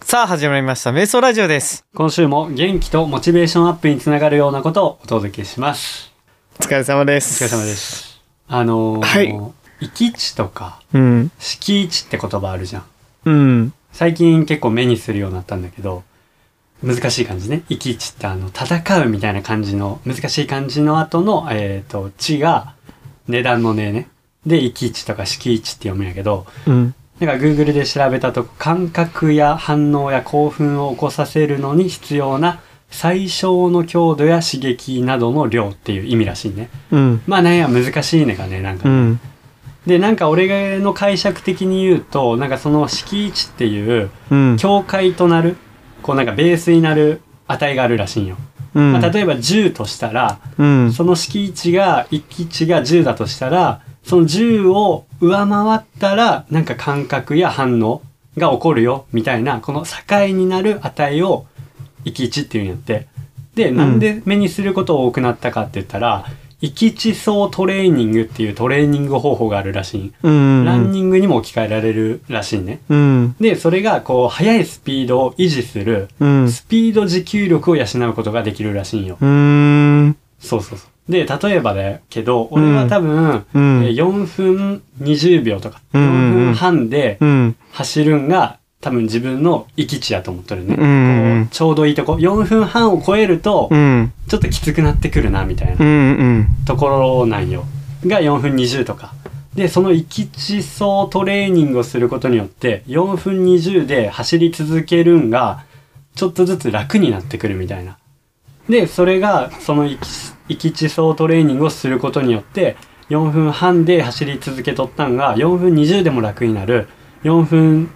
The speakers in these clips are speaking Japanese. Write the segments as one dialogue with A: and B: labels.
A: さあ始まりました瞑想ラジオです
B: 今週も元気とモチベーションアップにつながるようなことをお届けします。
A: お疲れ様で
B: お
A: す
B: 疲れ様です。あのー、
A: はい
B: 行き地とか
A: うん
B: 敷地って言葉あるじゃん。
A: うん
B: 最近結構目にするようになったんだけど、難しい感じね。行き地ってあの、戦うみたいな感じの、難しい感じの後の、えっ、と、地が値段の値ね。で、行き地とか敷地って読むんやけど、
A: うん
B: なんか Google で調べたとこ感覚や反応や興奮を起こさせるのに必要な最小の強度や刺激などの量っていう意味らしいね。
A: うん
B: まあなんや難しいねがねなんか
A: う
B: ね、
A: ん
B: でなんか俺の解釈的に言うとなんかその敷地っていう
A: うん
B: 境界となるこうなんかベースになる値があるらしいんよ。
A: うん
B: まあ、例えば10としたら
A: うん
B: その敷地が一基地が10だとしたらその10を上回ったらなんか感覚や反応が起こるよみたいなこの境になる値を一基地っていうんやってでなんで目にすることを多くなったかって言ったら一地層トレーニングっていうトレーニング方法があるらしい、
A: うん
B: ランニングにも置き換えられるらしいね
A: うん
B: でそれがこう速いスピードを維持する
A: うん
B: スピード持久力を養うことができるらしいんよ
A: うん
B: そうそうそう。で、例えばだけど、俺は多分、
A: うん
B: えー4分20秒とか、
A: うん
B: 4
A: うんうん
B: 分半で
A: うん基
B: 走るんが、多分自分の行き地だと思ってるね。
A: うんうん
B: こうちょうどいいとこ。4分半を超えると
A: う、ん
B: ちょっときつくなってくるな、みたい
A: うんう
B: なんところなんよ。が4分20とか。で、その行き地走トレーニングをすることによって、4分20で走り続けるんが、ちょっとずつ楽になってくるみたいな。で、それが、その行き行き地走トレーニングをすることによって、4分半で走り続けとったんが、4分20でも楽になる、4分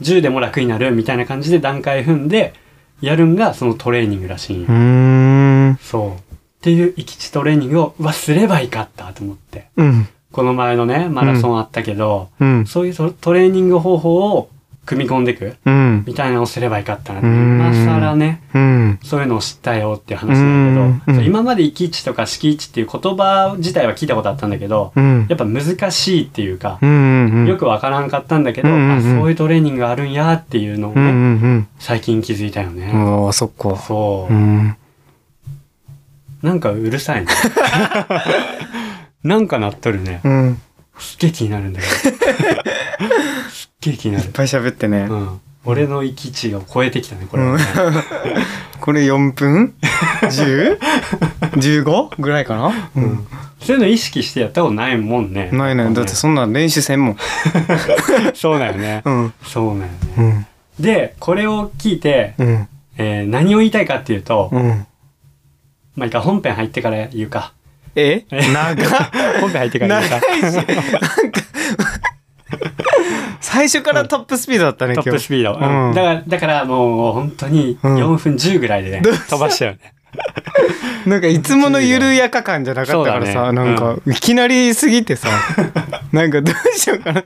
B: 10でも楽になる、みたいな感じで段階踏んで、やるんがそのトレーニングらしいんよ。
A: うん
B: そう。っていう行き地トレーニングを、うわ、すればいかったと思って。
A: うん
B: この前のね、マラソンあったけど、
A: うん
B: そういうトトレーニング方法を組み込んでいく
A: うん
B: みたいなのをすればいかったなって。
A: うーん
B: 今更ね、
A: うん
B: そういうのを知ったよっていう話なんだ
A: うー
B: け
A: ん
B: ど、そう今まで行き地とか敷地っていう言葉自体は聞いたことあったんだけど、
A: うん
B: やっぱ難しいっていうか
A: う、ん
B: よくわからんかったんだけど、
A: うんうんうん
B: あ、そういうトレーニングがあるんやっていうのを
A: うんう
B: ね、
A: ん
B: 最近気づいたよ
A: う
B: ね。
A: んああそっか
B: そう
A: う。ん
B: なんかうるさいね。なんか鳴っとるね。
A: うん
B: すっげえ気になるんだけど。すっげえ気にない
A: っ
B: る。
A: ぱい喋ってね
B: うん。俺の行き地を超えてきたね、これはね。
A: これ4分 10?15? ぐらいかなう
B: うんんそういうの意識してやったことないもんね。
A: ないないだってそんなん練習せんもん
B: そうだよね
A: う。ん
B: そうだよね。
A: うん
B: で、これを聞いて、
A: うん
B: えー何を言いたいかっていうと、
A: うん
B: まあ、いいか、本編入ってから言 うか。
A: え長っ
B: 本編入ってから言うか。
A: 長いしなんか 最初からトップスピードだったね
B: ト
A: 今日
B: ップスピード。
A: うん
B: うんだから、だからもう本当に
A: うん
B: 4分10ぐらいでね、
A: どうした
B: 飛ばしたよね。
A: なんかいつもの緩やか感じゃなかったから
B: そ
A: さ、
B: うだ
A: な
B: ね
A: んかいきなりすぎて さなんかどうしようかな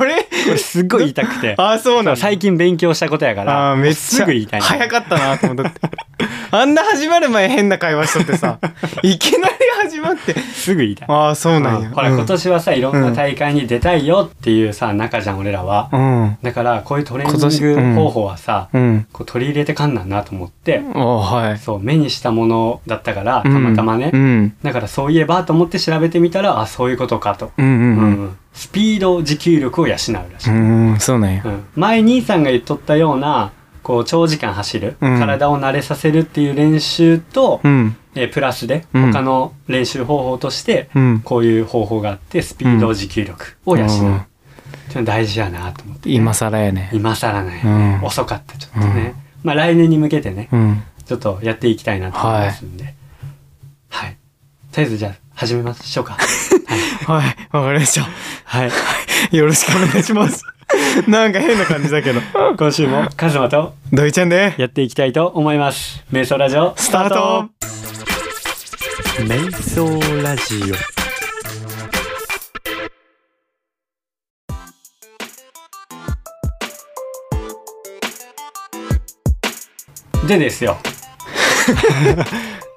A: 俺
B: これすっごい言いたくて。
A: ああそうなんだ
B: 最近勉強したことやから。
A: あーめっちゃ
B: すぐ言いたいね。
A: 早かったなと思ってあんな始まる前変な会話しとって さいきなり始まって
B: すぐ言いたい。
A: ああそうなんや
B: ほら、
A: うん
B: 今年はさ、いろんな大会に出たいよっていうさ、中じゃん、俺らは。
A: うん
B: だから、こういうトレー
A: 今年
B: ニ
A: う
B: ン
A: ん
B: グ方法はさ、
A: うん
B: こう取り入れてかんなんなと思って、
A: おはい
B: そう、目にしたものだったから、た
A: うん
B: またまね。
A: うん
B: だから、そういえばと思って調べてみたら、あ、そういうことかと。
A: うんう
B: うん
A: うん
B: んスピード、持久力を養うらしい。
A: うんうんそうなんや
B: うん前兄さんが言っとったような、こう、長時間走る、
A: うん
B: 体を慣れさせるっていう練習と、
A: うん
B: えープラスで
A: うん
B: 他の練習方法として
A: うん
B: こういう方法があってスピード持久力を養う、
A: うん
B: ちょっと大事やなと思って
A: 今更やね
B: 今更ない、
A: うん
B: 遅かったちょっとね、まあ来年に向けてね
A: うん
B: ちょっとやっていきたいなと思いますんではい、とりあえずじゃあ始めましょ うか
A: はいわかりました
B: はい
A: よろしくお願いします なんか変な感じだけど
B: 今週もカズマと
A: 土井ちゃんで
B: やっていきたいと思います瞑想ラジオ
A: スタート
B: 瞑想ラジオでですよ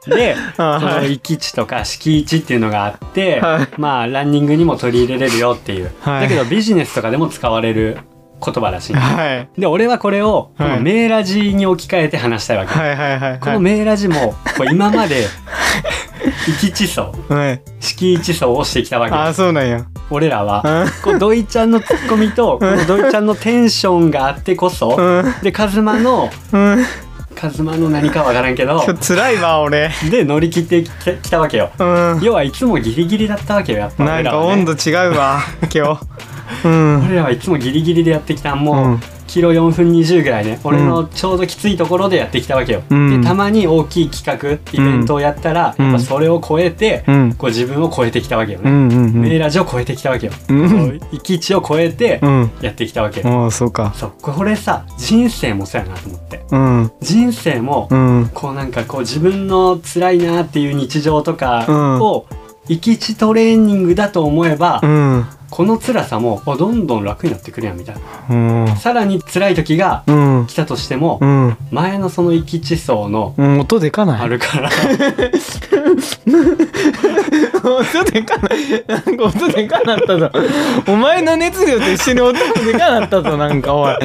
B: で、
A: あ
B: そ
A: は
B: の
A: い
B: 行き地とか敷地っていうのがあって、
A: はい
B: まあランニングにも取り入れれるよっていう、
A: はい
B: だけどビジネスとかでも使われる言葉らしいの
A: はい
B: で俺はこれをこ
A: は
B: の
A: い
B: メーラジに置き換えて話したいわけ、
A: はいはいはいはい
B: このメーラジもこう今ま で域地層
A: はい
B: 敷地層をしてきたわけ
A: ああそうなんや
B: 俺らは
A: うん
B: こう土井ちゃんのツッコミとこの土井ちゃんのテンションがあってこ
A: う
B: そ
A: ん
B: でカズマの
A: うん
B: カズマの何かわからんけど
A: ちょっと辛いわ俺
B: で乗り切ってきたきたわけよ
A: うん
B: 要はいつもギリギリだったわけよやっぱ
A: な
B: 俺
A: ん
B: ら
A: か
B: は、ね、
A: 温度違う わ今日うん
B: 俺らはいつもギリギリでやってきたもう、
A: うん
B: キロ4分20ぐらいね俺のちょうどきついところでやってきたわけよ、
A: うん
B: でたまに大きい企画イベントをやったら、
A: うん
B: やっぱそれを超えて、
A: うん
B: こう自分を超えてきたわけよ
A: う
B: ね、
A: んうんう
B: メー
A: ん
B: ラジを超えてきたわけよ、
A: うん
B: そう行き地を超えて
A: うん
B: やってきたわけ、
A: ああそうか
B: そうこれさ人生もそうやなと思って
A: うん
B: 人生も、
A: うん
B: こうなんかこう自分の辛いなっていう日常とかを行き地トレーニングだと思えば、
A: うん
B: この辛さもあどんどん楽になってくるやんみたい
A: う
B: な
A: ん
B: さらに辛い時が
A: うん
B: 来たとしても、
A: うん
B: 前のその行き地層の
A: うん音でかない
B: あるから
A: 音でかないなんか音でかなったぞお前の熱量と一緒に音もでかなったぞなんかおい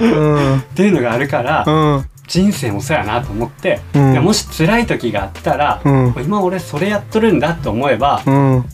A: うんうん
B: っていうのがあるから、
A: うん
B: 人生もそうやなと思って、
A: うん
B: いやもし辛い時があったら、
A: うん
B: 今俺それやっとるんだと思えば、
A: うん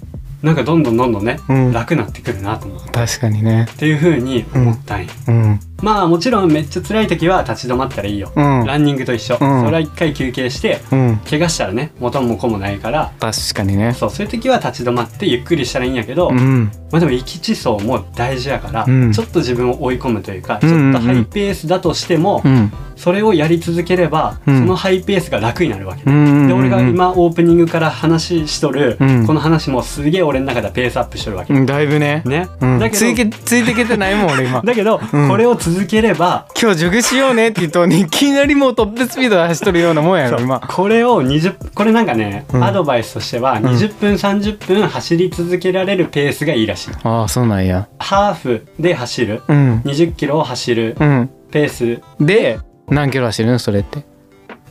B: なんかどんどんどんどんね、
A: うん
B: 楽になってくるなと思うっ
A: 確かにね
B: ていうふうに思ったんよ
A: うん
B: まあもちろんめっちゃ辛い時は立ち止まったらいいよ、
A: うん
B: ランニングと一緒、
A: うん
B: それは一回休憩して
A: うん
B: 怪我したらね元も子もないから
A: 確かにね
B: そうそういう時は立ち止まってゆっくりしたらいいんやけど、
A: う
B: ま
A: ん
B: あでも域地層も大事やから、
A: うん
B: ちょっと自分を追い込むというか、
A: うんうんうん
B: ちょっとハイペースだとしても、
A: うん
B: それをやり続ければ、
A: うん
B: そのハイペースが楽になるわけ、
A: うんうんうん
B: で俺が今オープニングから話しとる、
A: うん
B: この話もすげえ俺の中ではペースアップしとるわけ、
A: うんだいぶね
B: ね、
A: うん
B: だけ
A: つい
B: ど
A: けついてけてないもん俺今
B: だけど、
A: うん
B: これを続ければ
A: 今日ジョグしようねって言うといきなりもうトップスピードで走っとるようなもんやろ
B: そう
A: 今
B: これを20これなんかね、
A: うん
B: アドバイスとしては20分30分走り続けられるペースがいいらしい、
A: ああそうなんや
B: ハーフで走る
A: うん
B: 20キロを走る
A: うん
B: ペース
A: で何キロ走るのそれって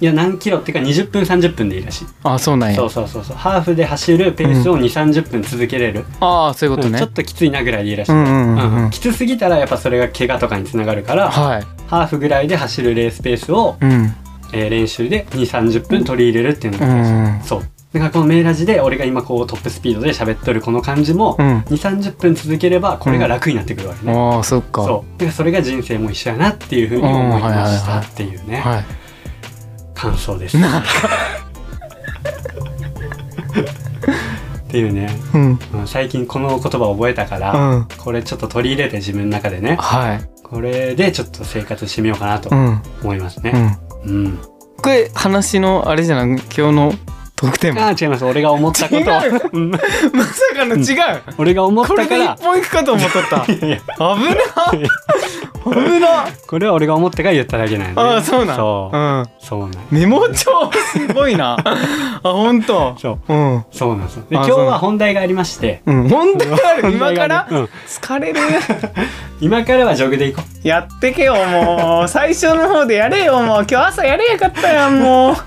B: いや何キロっていうか20分30分でいいらしい、
A: ああそうなんや
B: そうそうそうそうハーフで走るペースを2 3 0分続けれる、
A: ああそういうこと
B: うん
A: ね
B: ちょっときついなぐらいでいいらしい、
A: うんうんうんうん
B: きつすぎたらやっぱそれが怪我とかにつながるから、
A: はい
B: ハーフぐらいで走るレースペースを、
A: うん
B: えー練習で2 3 0分取り入れるっていうの
A: う
B: がいいら
A: ん
B: しい、そう。だからこのメーラジで俺が今こうトップスピードで喋っとるこの感じも、
A: うん
B: 2、30分続ければこれが楽になってくるわけね。
A: ああそっか
B: そう。だからそれが人生も一緒やなっていうふうに思いまし
A: うんはいはい
B: た
A: はい
B: っていうね、
A: はい
B: 感想です。 っていうね、
A: うん
B: うん最近この言葉を覚えたから、
A: うん
B: これちょっと取り入れて自分の中でね、
A: はい
B: これでちょっと生活してみようかなと
A: うん
B: 思います
A: う
B: ね。
A: ん
B: うん。
A: これ話のあれじゃなく今日の特典
B: ああ、違います。俺が思ったこ
A: 違
B: とを。う ん
A: まさかの違う
B: 俺が思っ
A: こ
B: た
A: れ
B: か
A: で
B: ら
A: 一、本いくかと思っとった
B: いやいや
A: 危な危な
B: これは俺が思ったから言っただけなんよね。
A: ああそうなん
B: そう。
A: うん
B: そうなん
A: メモ帳すごい なあ本当
B: そう
A: うん
B: そうなんですよで
A: あ
B: 今日
A: そうな
B: は
A: ん
B: 本題がありまして
A: うん本当にある今か
B: う
A: ら
B: ん
A: 疲れる
B: 今からはジョグで行こ
A: やってけよもう最初の方でやれよもう今日朝やれやかったやんもう
B: う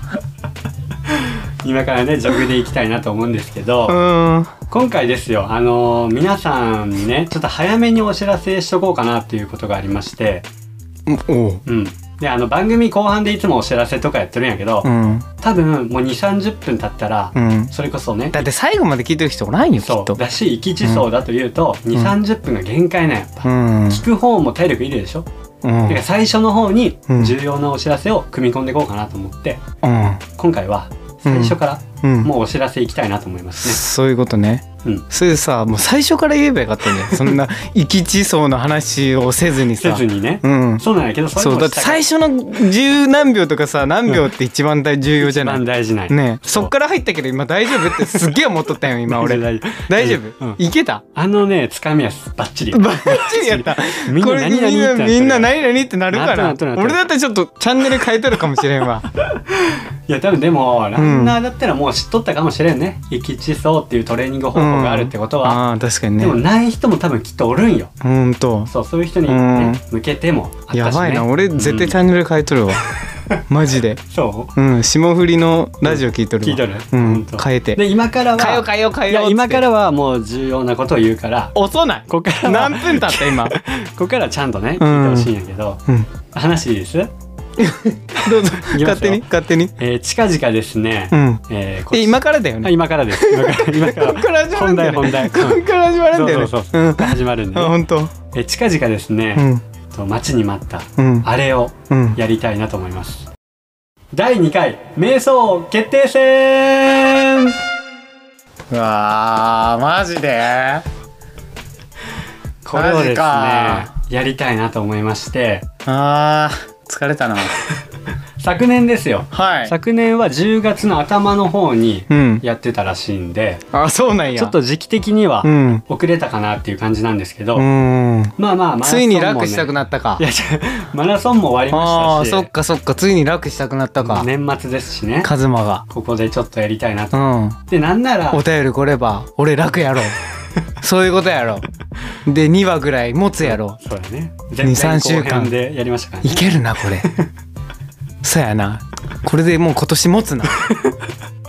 B: 今からねジョグで行きたいなと思うんですけど、
A: うん
B: 今回ですよあのー皆さんにねちょっと早めにお知らせしとこうかなっていうことがありまして
A: おう
B: うんであの番組後半でいつもお知らせとかやってるんやけど、
A: うん
B: 多分もう2 3 0分経ったら、
A: うん
B: それこそね
A: だって最後まで聞いてる人おらんよきっ
B: そう
A: と
B: だし行き地層だというと、2 3 0分が限界なんやっぱ、
A: うん
B: 聞く方も体力いるでしょ、
A: うん
B: だから最初の方に
A: うん
B: 重要なお知らせを組み込んでいこうかなと思って、
A: うん
B: 今回は最初から
A: うん
B: もうお知らせいきたいなと思います
A: そういうことね
B: ね。うん、
A: それでさもう最初から言えばよかったんだよ そんな生き地層の話をせずに
B: せ
A: さ
B: ずにね、
A: うん
B: そうなんやけどそれ
A: そう
B: も
A: だって最初の十何秒とかさ何秒って一番大重要じゃ
B: 一
A: ない
B: 番大事なんや
A: ねえそっから入ったけど今大丈夫ってすっげえ思っとったよ今俺
B: 大丈夫
A: 大丈
B: う
A: 夫
B: ん
A: いけた
B: あのねつかみはバッチリ
A: バッチリやった
B: みん
A: こ
B: な
A: れ
B: 何々
A: みんな
B: って
A: みんな
B: ない
A: 何々ってなるか
B: な
A: ら
B: っとるなっとるなっと
A: 俺
B: る
A: だってちょっとチャンネル変えとるかもしれん わ
B: いや多分でもランナーだったらもう知っとったかもしれんね生き地層っていうトレーニング方法があるってことは、
A: ああ確かに
B: でも
A: ね
B: ない人も多分きっとおるんよ
A: ほんと
B: そうそういう人に、ね
A: うん
B: 向けてもあったし、ね、
A: やばいな俺絶対チャンネル変えとるわマジで
B: そ
A: うん霜降りのラジオ聞いと
B: う
A: る
B: 聞いと
A: わ
B: る、
A: うん
B: ほと
A: 変えて
B: で今からは
A: 変えよう変えよう変え
B: い
A: よう
B: や
A: っつって
B: 今からはもう重要なことを言うから
A: 遅ない
B: ここからは
A: 何分経った今
B: ここからちゃんとね聞いてほしいんやけど、
A: うん
B: 話いいです、
A: どうぞ
B: いきま
A: 勝
B: すよ
A: 手に勝手に
B: えー近々ですね、
A: うん
B: えーこ
A: え今からだよ
B: あ
A: ね
B: 今からです今から今 か
A: こっから
B: ら
A: 始まる
B: 本
A: んだよ
B: 題本
A: ね
B: 題
A: こっから始まるんだよね
B: そうそうそう
A: うん
B: 始まるんで、
A: あ
B: ね
A: 本当
B: えー近々ですね、
A: うん
B: と待ちに待った
A: うん
B: あれを
A: うん
B: やりたいなと思います第2回瞑想決定戦
C: うわーマジで
B: これを
C: マ
B: で
C: ジ
B: すね
C: か
B: やりたいなと思いまして
C: あー疲れたな
B: 昨年ですよ、
C: はい
B: 昨年は10月の頭の方に
A: うん
B: やってたらしいんで、
A: あそうなんや
B: ちょっと時期的には
A: うん
B: 遅れたかなっていう感じなんですけど、
A: うん
B: まあまあマラソンも、ね、
A: ついに楽したくなったか
B: いやじゃあマラソンも終わり
A: あ
B: ま
A: あ
B: し
A: そ
B: た
A: っかそっかついに楽したくなったか
B: し年末ですしね
A: カズマが
B: ここでちょっとやりたいなと
A: うん
B: でなんなら
A: お便り来れば俺楽 やろそういうことやろで2話ぐらい持つやろ
B: そうだね
A: 二三週間
B: 前編後編でやりましたからね
A: いけるな これそうやなこれでもう今年持つ な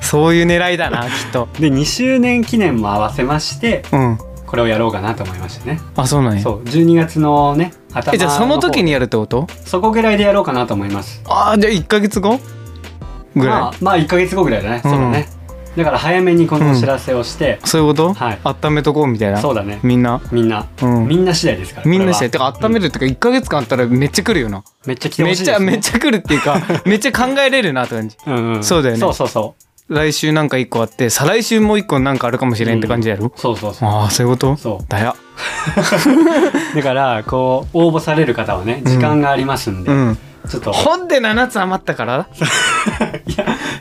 A: そういう狙いだなきっと
B: で2周年記念も合わせまして
A: うん
B: これをやろうかなと思いましてね
A: あそうなんや
B: そう12月のね頭
A: えじゃあその時にやるってこと
B: そこぐらいでやろうかなと思います
A: ああじゃあ1ヶ月後ぐらい、
B: まあ、まあ1か月後ぐらいだね、
A: うん
B: そうだねだから早めにこのお知らせをして、
A: そういうこと、
B: はい
A: 温めとこうみたいな
B: そうだね
A: みんな
B: みんな、
A: うん
B: みんな次第ですから
A: みんなして
B: こ
A: て
B: れは
A: か温めるってか1ヶ月間あったらめっちゃ来るよな、
B: めっちゃ来て
A: め
B: ほ
A: っ
B: しい
A: ちゃめっ
B: ゃ
A: ちゃ来るっていうか めっちゃ考えれるなって感じ
B: うんうん、
A: そうだよね
B: そうそうそ
A: 来週なんか1個あって再来週も1個なんかあるかもしれんって感じやろ、
B: うそうそうそう
A: ああそういうこと
B: そう
A: だよ
B: だからこう応募される方はね時間がありますんで、
A: うん
B: ちょっと
A: 本で7つ余ったから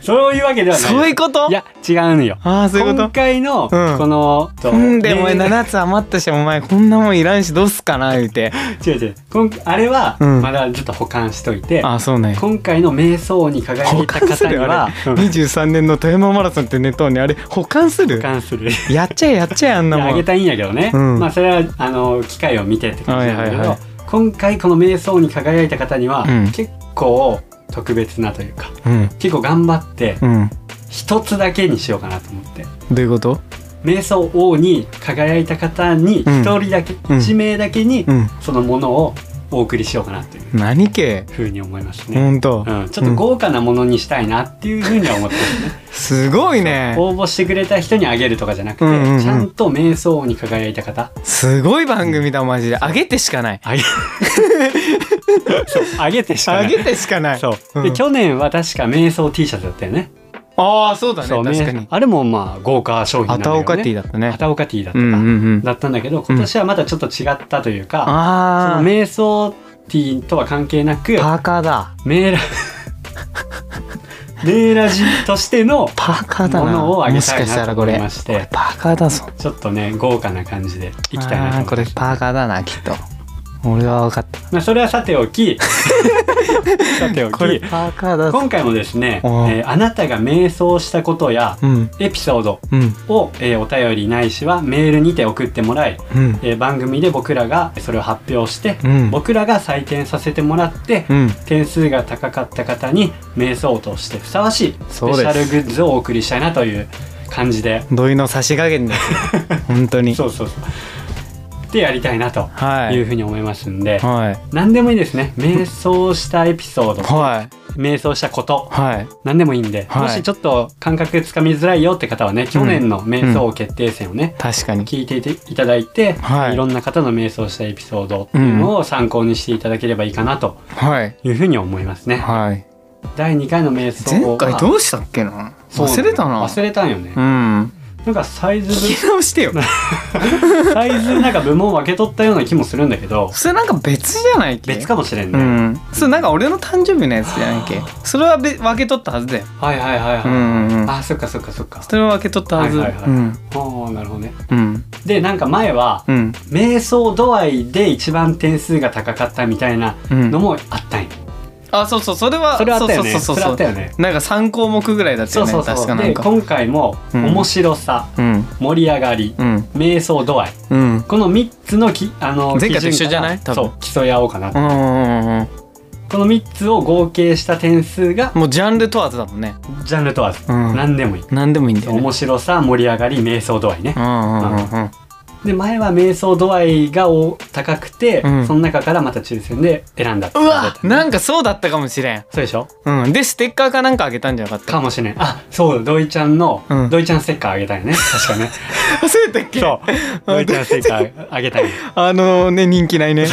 B: そういうわけではない
A: そういうこと
B: いや違うんよ
A: ああそういう
B: 今
A: こ
B: 回の
A: うん
B: この、
A: と
B: と
A: うんでお前
B: 恋愛
A: 7つ余ったしお前こんなもんいらんしどうすっかな言うて
B: 違う違う今あれは
A: うん
B: まだちょっと保管しといて、
A: ああそうね
B: 今回の瞑想に輝
A: 保
B: いた
A: 管す
B: 方に
A: る
B: は
A: あれ23年の富山マラソンってネットにあれ保管す
B: 保
A: る
B: 管する
A: やっちゃえやっちゃえあんな
B: あ
A: も
B: げ
A: ん
B: たいんやけどね、
A: うん
B: まあそれはあの機会を見てって感じなんだけ
A: は
B: ど、
A: いはいはい
B: 今回この瞑想に輝いた方には、
A: うん
B: 結構特別なというか
A: うん
B: 結構頑張って
A: うん
B: 一つだけにしようかなと思って
A: どういうこと
B: 瞑想王に輝いた方に
A: うん
B: 一人だけ、
A: ん
B: 一名だけに
A: うん
B: そのものをお送りしようかなという
A: 何系
B: ふうに思いますね、
A: ほんと
B: うん、ちょっと豪華なものにしたいなっていうふうには思ってますね
A: すごいね
B: 応募してくれた人にあげるとかじゃなくて、
A: うんうんうん
B: ちゃんと瞑想王に輝いた方
A: すごい番組だマジであげてしかない
B: あげそうあげてしかな
A: あ
B: い
A: げてしかない
B: そう、
A: う
B: で
A: ん
B: 去年は確か瞑想 T シャツだったよね
A: ああそうだね
B: そう
A: 確か
B: ね
A: に
B: あれもまあ豪華商品な
A: ア
B: んだ
A: タ
B: よね
A: オカティーだったね
B: アタオカティーだった
A: う
B: か、
A: んうんうん
B: だったんだけど今年はまたちょっと違ったというか、そ
A: あ
B: の
A: あ
B: 瞑想ティーとは関係なく
A: パーカーだ
B: メーラ メーラジとしてのも
A: パーカーだな
B: のをあげ
A: もしたか
B: い
A: した
B: なと
A: らこ
B: 思い
A: れ
B: まして
A: パーカーだぞ
B: ちょっとね豪華な感じでいきたいなと
A: あ
B: 思
A: ー
B: い
A: これ
B: ます
A: パーカーだなきっと俺は分かった
B: まあ、それはさて おきさてお
A: これ
B: き
A: パーカーだぞ
B: 今回もですね、え
A: おう
B: ーあなたが瞑想したことや
A: うん
B: エピソード
A: うん
B: を、えーお便りないしはメールにて送ってもらい、
A: うん
B: えー番組で僕らがそれを発表して、
A: うん
B: 僕らが採点させてもらって、
A: うん
B: 点数が高かった方に瞑想としてふさわしいス
A: そう
B: ペ
A: です
B: シャルグッズをお送りしたいなという感じで
A: 土井の差し加 減ですよ本当に
B: そうそうそうでやりたいなと
A: はいいう
B: ふうに思いますんで、
A: はい
B: 何でもいいですね瞑想したエピソー ド
A: はい
B: 瞑想したこと
A: はい
B: 何でもいいんで、
A: はい
B: もしちょっと感覚つかみづらいよって方はね去年の瞑想決定戦をね、
A: 確かに
B: 聞いていていただいて、
A: はい
B: いろんな方の瞑想したエピソードっていうのを参考にしていただければいいかなと
A: はい
B: いうふうに思いますね。
A: はい
B: 第2回の瞑想
A: 前
B: は
A: 回どうしたっけな
B: そう
A: 忘れたな
B: 忘れたんよね
A: う。ん
B: なんかサイズ
A: 聞き直してよ
B: 分、 サイズなんか部門分け取ったような気もするんだけど、
A: それなんか別じゃないっけ
B: 別かもしれん
A: う
B: ね。
A: んそれなんか俺の誕生日のやつじゃないっけそれはべ分け取ったはずだよ
B: はいはいはいはい。
A: うんうんうん
B: あ、そっかそっかそっか。
A: それは分け取ったはず
B: はいはいはい
A: うん
B: ああ、なるほどね。
A: うん
B: で、なんか前は、
A: うん
B: 瞑想度合いで一番点数が高かったみたいな
A: うん
B: のもあったんよ。
A: あそうそうそれは
B: それあったよね。
A: そうそう
B: そ
A: そ
B: れあ
A: う
B: った
A: そう
B: よね。
A: なんか3項目ぐらいだった
B: そ
A: よ
B: う
A: ね
B: そうそ
A: 確か
B: う。
A: なん
B: で、
A: か
B: 今回も、
A: うん
B: 面白さ、
A: うん
B: 盛り上がり、
A: うん
B: 瞑想度合い
A: うん
B: この3つのきあの
A: 前回と一緒
B: 基準から
A: じゃない多分
B: そう競い合おうかな、
A: うんうんうんうん
B: この3つを合計した点数が
A: もうジャンル問わずだもんね
B: ジャンル問わず、
A: うん
B: 何でもいい
A: 何でもいいんだよ、ね、
B: 面白さ盛り上がり瞑想度合いね
A: う、んうんうんうん
B: で前は瞑想度合いがお高くて、
A: うん
B: その中からまた抽選で選んだって
A: うわ
B: ことだった
A: なんかそうだったかもしれん、
B: そうでしょ
A: うん、でステッカーかなんかあげたんじゃなか った
B: かもしれんあそう土井ちゃんの、
A: うん
B: 土井ちゃんステッカーあげたよね確 かね
A: 忘れたっけ
B: そう 土井ちゃんステッカーあげた よね
A: あのね人気ないね、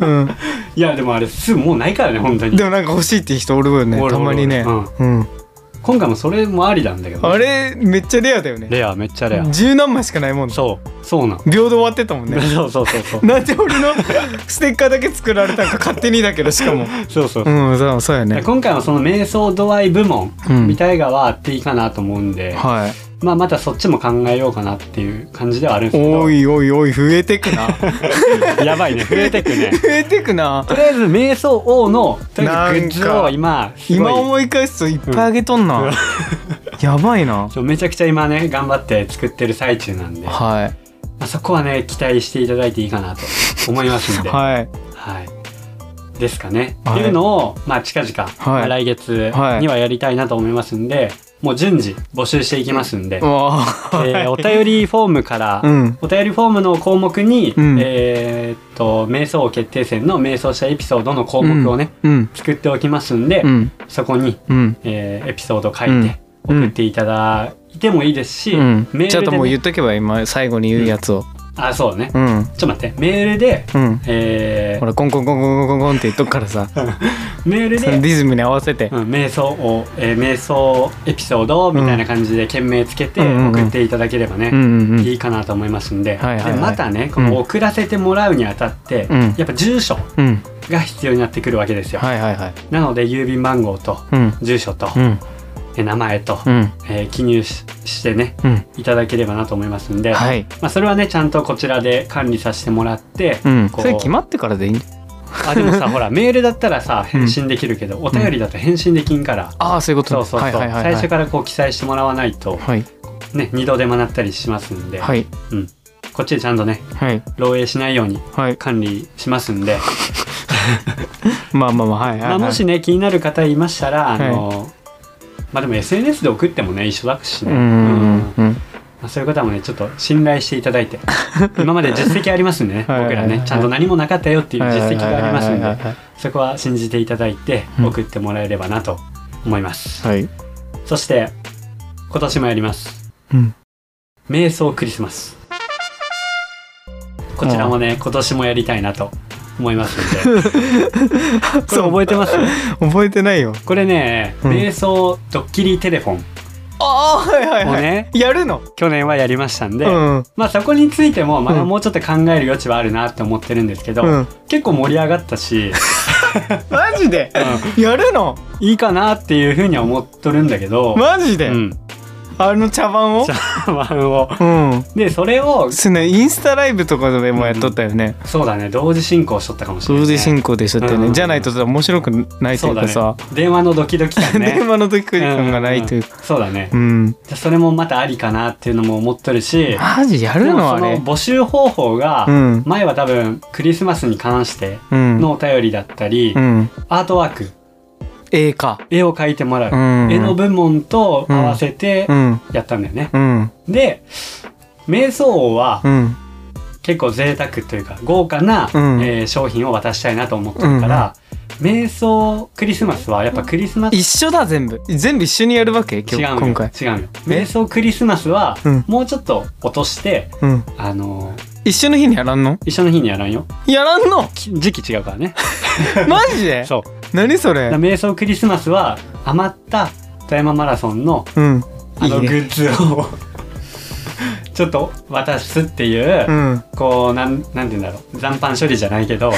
A: うん、
B: いやでもあれすぐもうないからね本当に
A: でもなんか欲しいっていう人おるよね
B: おるおる
A: たまにね、
B: うん
A: うん、
B: 今回もそれもありなんだけどね、
A: あれめっちゃレアだよね
B: レアめっちゃレア、
A: 十何枚しかないもん
B: そうそうなの、
A: 秒で終わってたもん ね
B: そうそうそうそう
A: なんで俺のステッカーだけ作られたんか 勝手にだけどしかも
B: そうそう
A: うんそうそうやね
B: 今回はその瞑想度合い部門
A: うん
B: みたいがはあっていいかなと思うんで、
A: はい
B: まあまたそっちも考えようかなっていう感じではあるんです
A: お
B: け
A: いおいおい増えてく な
B: どやばいね増えてくね
A: 増えてくな
B: とりあえず瞑想王のとりあえずグッズ
A: なん
B: を
A: か
B: 今すごい
A: 今思い返すといっぱいあげとんな、
B: うん
A: やばいな
B: そうめちゃくちゃ今ね頑張って作ってる最中なんで、ま
A: は
B: あ、そこはね期待していただいていいかなと思いますん
A: い
B: で、
A: はい
B: はい、ですかね、
A: はい
B: っていうのを、まあ、近々、まあ来月にはやりたいなと思いますんで、もう順次募集していきますんで、
A: わ
B: えーお便りフォームから、
A: うん
B: お便りフォームの項目に、
A: うん
B: えーっと瞑想決定戦の瞑想したエピソードの項目をね、
A: うん
B: 作っておきますんで、
A: うん
B: そこに、
A: うん
B: えーエピソードを書いて
A: うん
B: 送っていただいてもいいですし、
A: うん
B: メ
A: ち
B: ー
A: ょっ
B: ル
A: と
B: で
A: もう
B: ね、
A: 言っとけば今最後に言うやつを
B: あそうね、
A: うん
B: ちょっと待ってメールで、
A: うん
B: え
A: ほ
B: ー
A: らコンコンコンコンコンコンって言っとくからさ
B: メール
A: そ
B: で
A: のリズムに合わせて
B: うん、瞑想を、えー瞑想エピソードみたいな感じで件名つけて
A: うんうんうん
B: 送っていただければね、
A: うんうんうん
B: いいかなと思いますんで,、
A: はいはいはい
B: でまたねこの送らせてもらうにあたって、
A: うん
B: やっぱ住所
A: うん
B: が必要になってくるわけですよ、
A: はいはいはい
B: なので郵便番号と
A: うん
B: 住所と、
A: うん
B: えー名前と、
A: うん
B: えー記入ししてね
A: うん
B: いただければなと思いますんで、
A: はい
B: まあ、それはねちゃんとこちらで管理させてもらって、
A: うん
B: こう
A: それ決まってからでいいん
B: あでも さほらメールだったらさ返信できるけど、お便りだと返信できんから、
A: ああそういうこと
B: そ
A: ね
B: うそうそう、
A: はいはいはい
B: 最
A: は
B: 初
A: い
B: からこう記載してもらわないと、
A: はい
B: ね、二度手間なったりしますんで、
A: はい
B: うん、こっちでちゃんとね
A: はい
B: 漏洩しないように
A: はい
B: 管理しま すんで、
A: まあまあまあはいはい
B: ま
A: は
B: あ、
A: い
B: もしね気になる方いましたら、
A: はい
B: あのまあでも SNS で送ってもね一緒だし
A: う
B: ね、
A: んうんうん
B: まあ、そういう方もねちょっと信頼していただい て今まで実績ありますんでね
A: はいはい
B: 僕ら
A: はい
B: ねちゃんと何もなかったよっていう実績がありますん
A: はいはいはい
B: で
A: はい
B: そこは信じていただいて
A: うん
B: 送ってもらえればなと思います、
A: はい
B: そして今年もやります
A: うん
B: 瞑想クリスマスこちらもね今年もやりたいなと思います んでこれ覚えてます
A: 覚えてないよ
B: これね、
A: うん
B: 瞑想ドッキリテレフォン
A: ああはいはい
B: を
A: はい
B: ね
A: やるの
B: 去年はやりましたんで、
A: うん
B: まあそこについてもまだ
A: うん
B: もうちょっと考える余地はあるなって思ってるんですけど、
A: うん
B: 結構盛り上がっ たし、
A: マジでやるの
B: うんいいかなっていうふうには思っとるんだけど、
A: マジで
B: うん、
A: あの茶番を
B: 茶ワンを
A: うん
B: でそれを
A: すねインスタライブとかでもやっとったよね
B: そうだね同時進行しとったかもしれない、
A: 同
B: ね、
A: 時進行でしょって
B: うんうんう
A: ね
B: ん
A: じゃないと面白くないと
B: そ
A: いうう
B: だ
A: かさ
B: ね電話のドキドキ感ね
A: 電話の時感がないという
B: う
A: か
B: んうんうんそうだね、
A: うん
B: じゃあそれもまたありかなっていうのも思っとるし
A: マジやる
B: でも
A: の
B: そ
A: あ
B: の
A: れ
B: 募集方法が、
A: うん
B: 前は多分クリスマスに関して
A: うん
B: のお便りだったり、
A: うん
B: アートワーク
A: ええか
B: 絵を描いてもらう、
A: うん
B: 絵の部門と合わせて
A: うん
B: やったんだよね、
A: うん
B: で瞑想王は
A: うん
B: 結構贅沢というか豪華な、
A: うん
B: えー商品を渡したいなと思ってるから、瞑想クリスマスはやっぱクリスマス
A: 一緒だ全部全部一緒にやるわけ今
B: 違う
A: 日
B: よ
A: 今回
B: 違うよ
A: え
B: 瞑想クリスマスは
A: うん
B: もうちょっと落として、
A: うん
B: あのー
A: 一緒の日にやらんの
B: 一緒の日にやらんよ
A: やらん の
B: き時期違うか らね
A: マジで
B: そう
A: 何そ
B: だから
A: れ
B: 瞑想クリスマスは余った富山マラソンの
A: うん
B: あの
A: いい
B: グ
A: ね
B: ッズを ちょっと渡すっていう、
A: うん
B: こうなんなんて言うんだろう残飯処理じゃない けど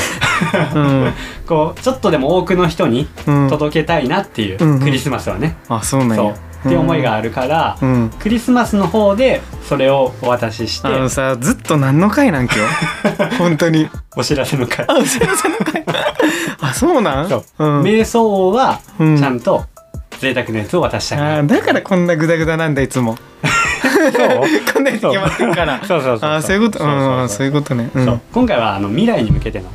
A: うん
B: こうちょっとでも多くの人に
A: うん
B: 届けたいなっていう、
A: うんうん
B: クリスマスはね、
A: あそうなん
B: そう
A: や
B: っていう思いがあるから、
A: うん
B: クリスマスの方でそれをお渡しして
A: あのさずっと何の回なん今 日本当に
B: お知らせの会、
A: あすいません何回あそうなん
B: そう
A: うん
B: 瞑想王はち
A: うん
B: ゃんと贅沢なやつを渡したいな、
A: あーだからこんなグダグダなんだいつも こんなやつ決まってるから
B: そうそうそうそう
A: あーそういうこと
B: そうそうそう
A: うんそういうことねう
B: そ
A: ん
B: う今回はあの未来に向けての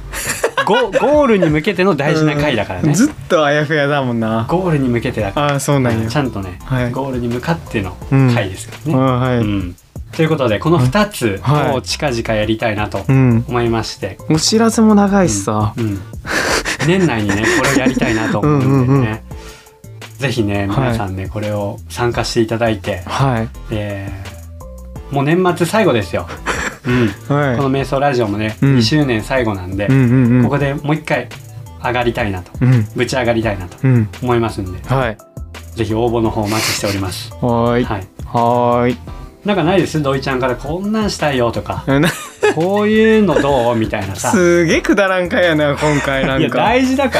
B: ゴゴールに向けての大事な回だからね、
A: ずっとあやふやだもんな
B: ゴールに向けてだか
A: ああそうなんや
B: らちゃんとね、
A: はい
B: ゴールに向かっての回ですから
A: あ
B: ね、
A: はい
B: うん、ということでこの2つ
A: はい
B: を近々やりたいなと
A: うん
B: 思いまして、
A: お知らせも長いしさ
B: うん年内 にねこれをやりたいなと思うんでね
A: うんうんうん
B: ぜひね皆さんね、これを参加していただいて、
A: はい
B: でもう年末最後で すよ、うん、こ
A: は
B: の「瞑想ラジオ」もね、
A: うん
B: 2周年最後なんで、
A: いうんうんうん
B: ここでもう一回上がりたいなと
A: うん
B: ぶち上がりたいなと
A: うん
B: 思いますんで
A: はい
B: ぜひ応募の方お待ちしております、
A: はーい
B: はい、
A: はーい
B: なんかないです土井ちゃんからこんなんしたいよとか
A: うん
B: こういうのどうみたいな さ。
A: すげえくだらんかやな今回ない
B: や
A: んか
B: 大事 だか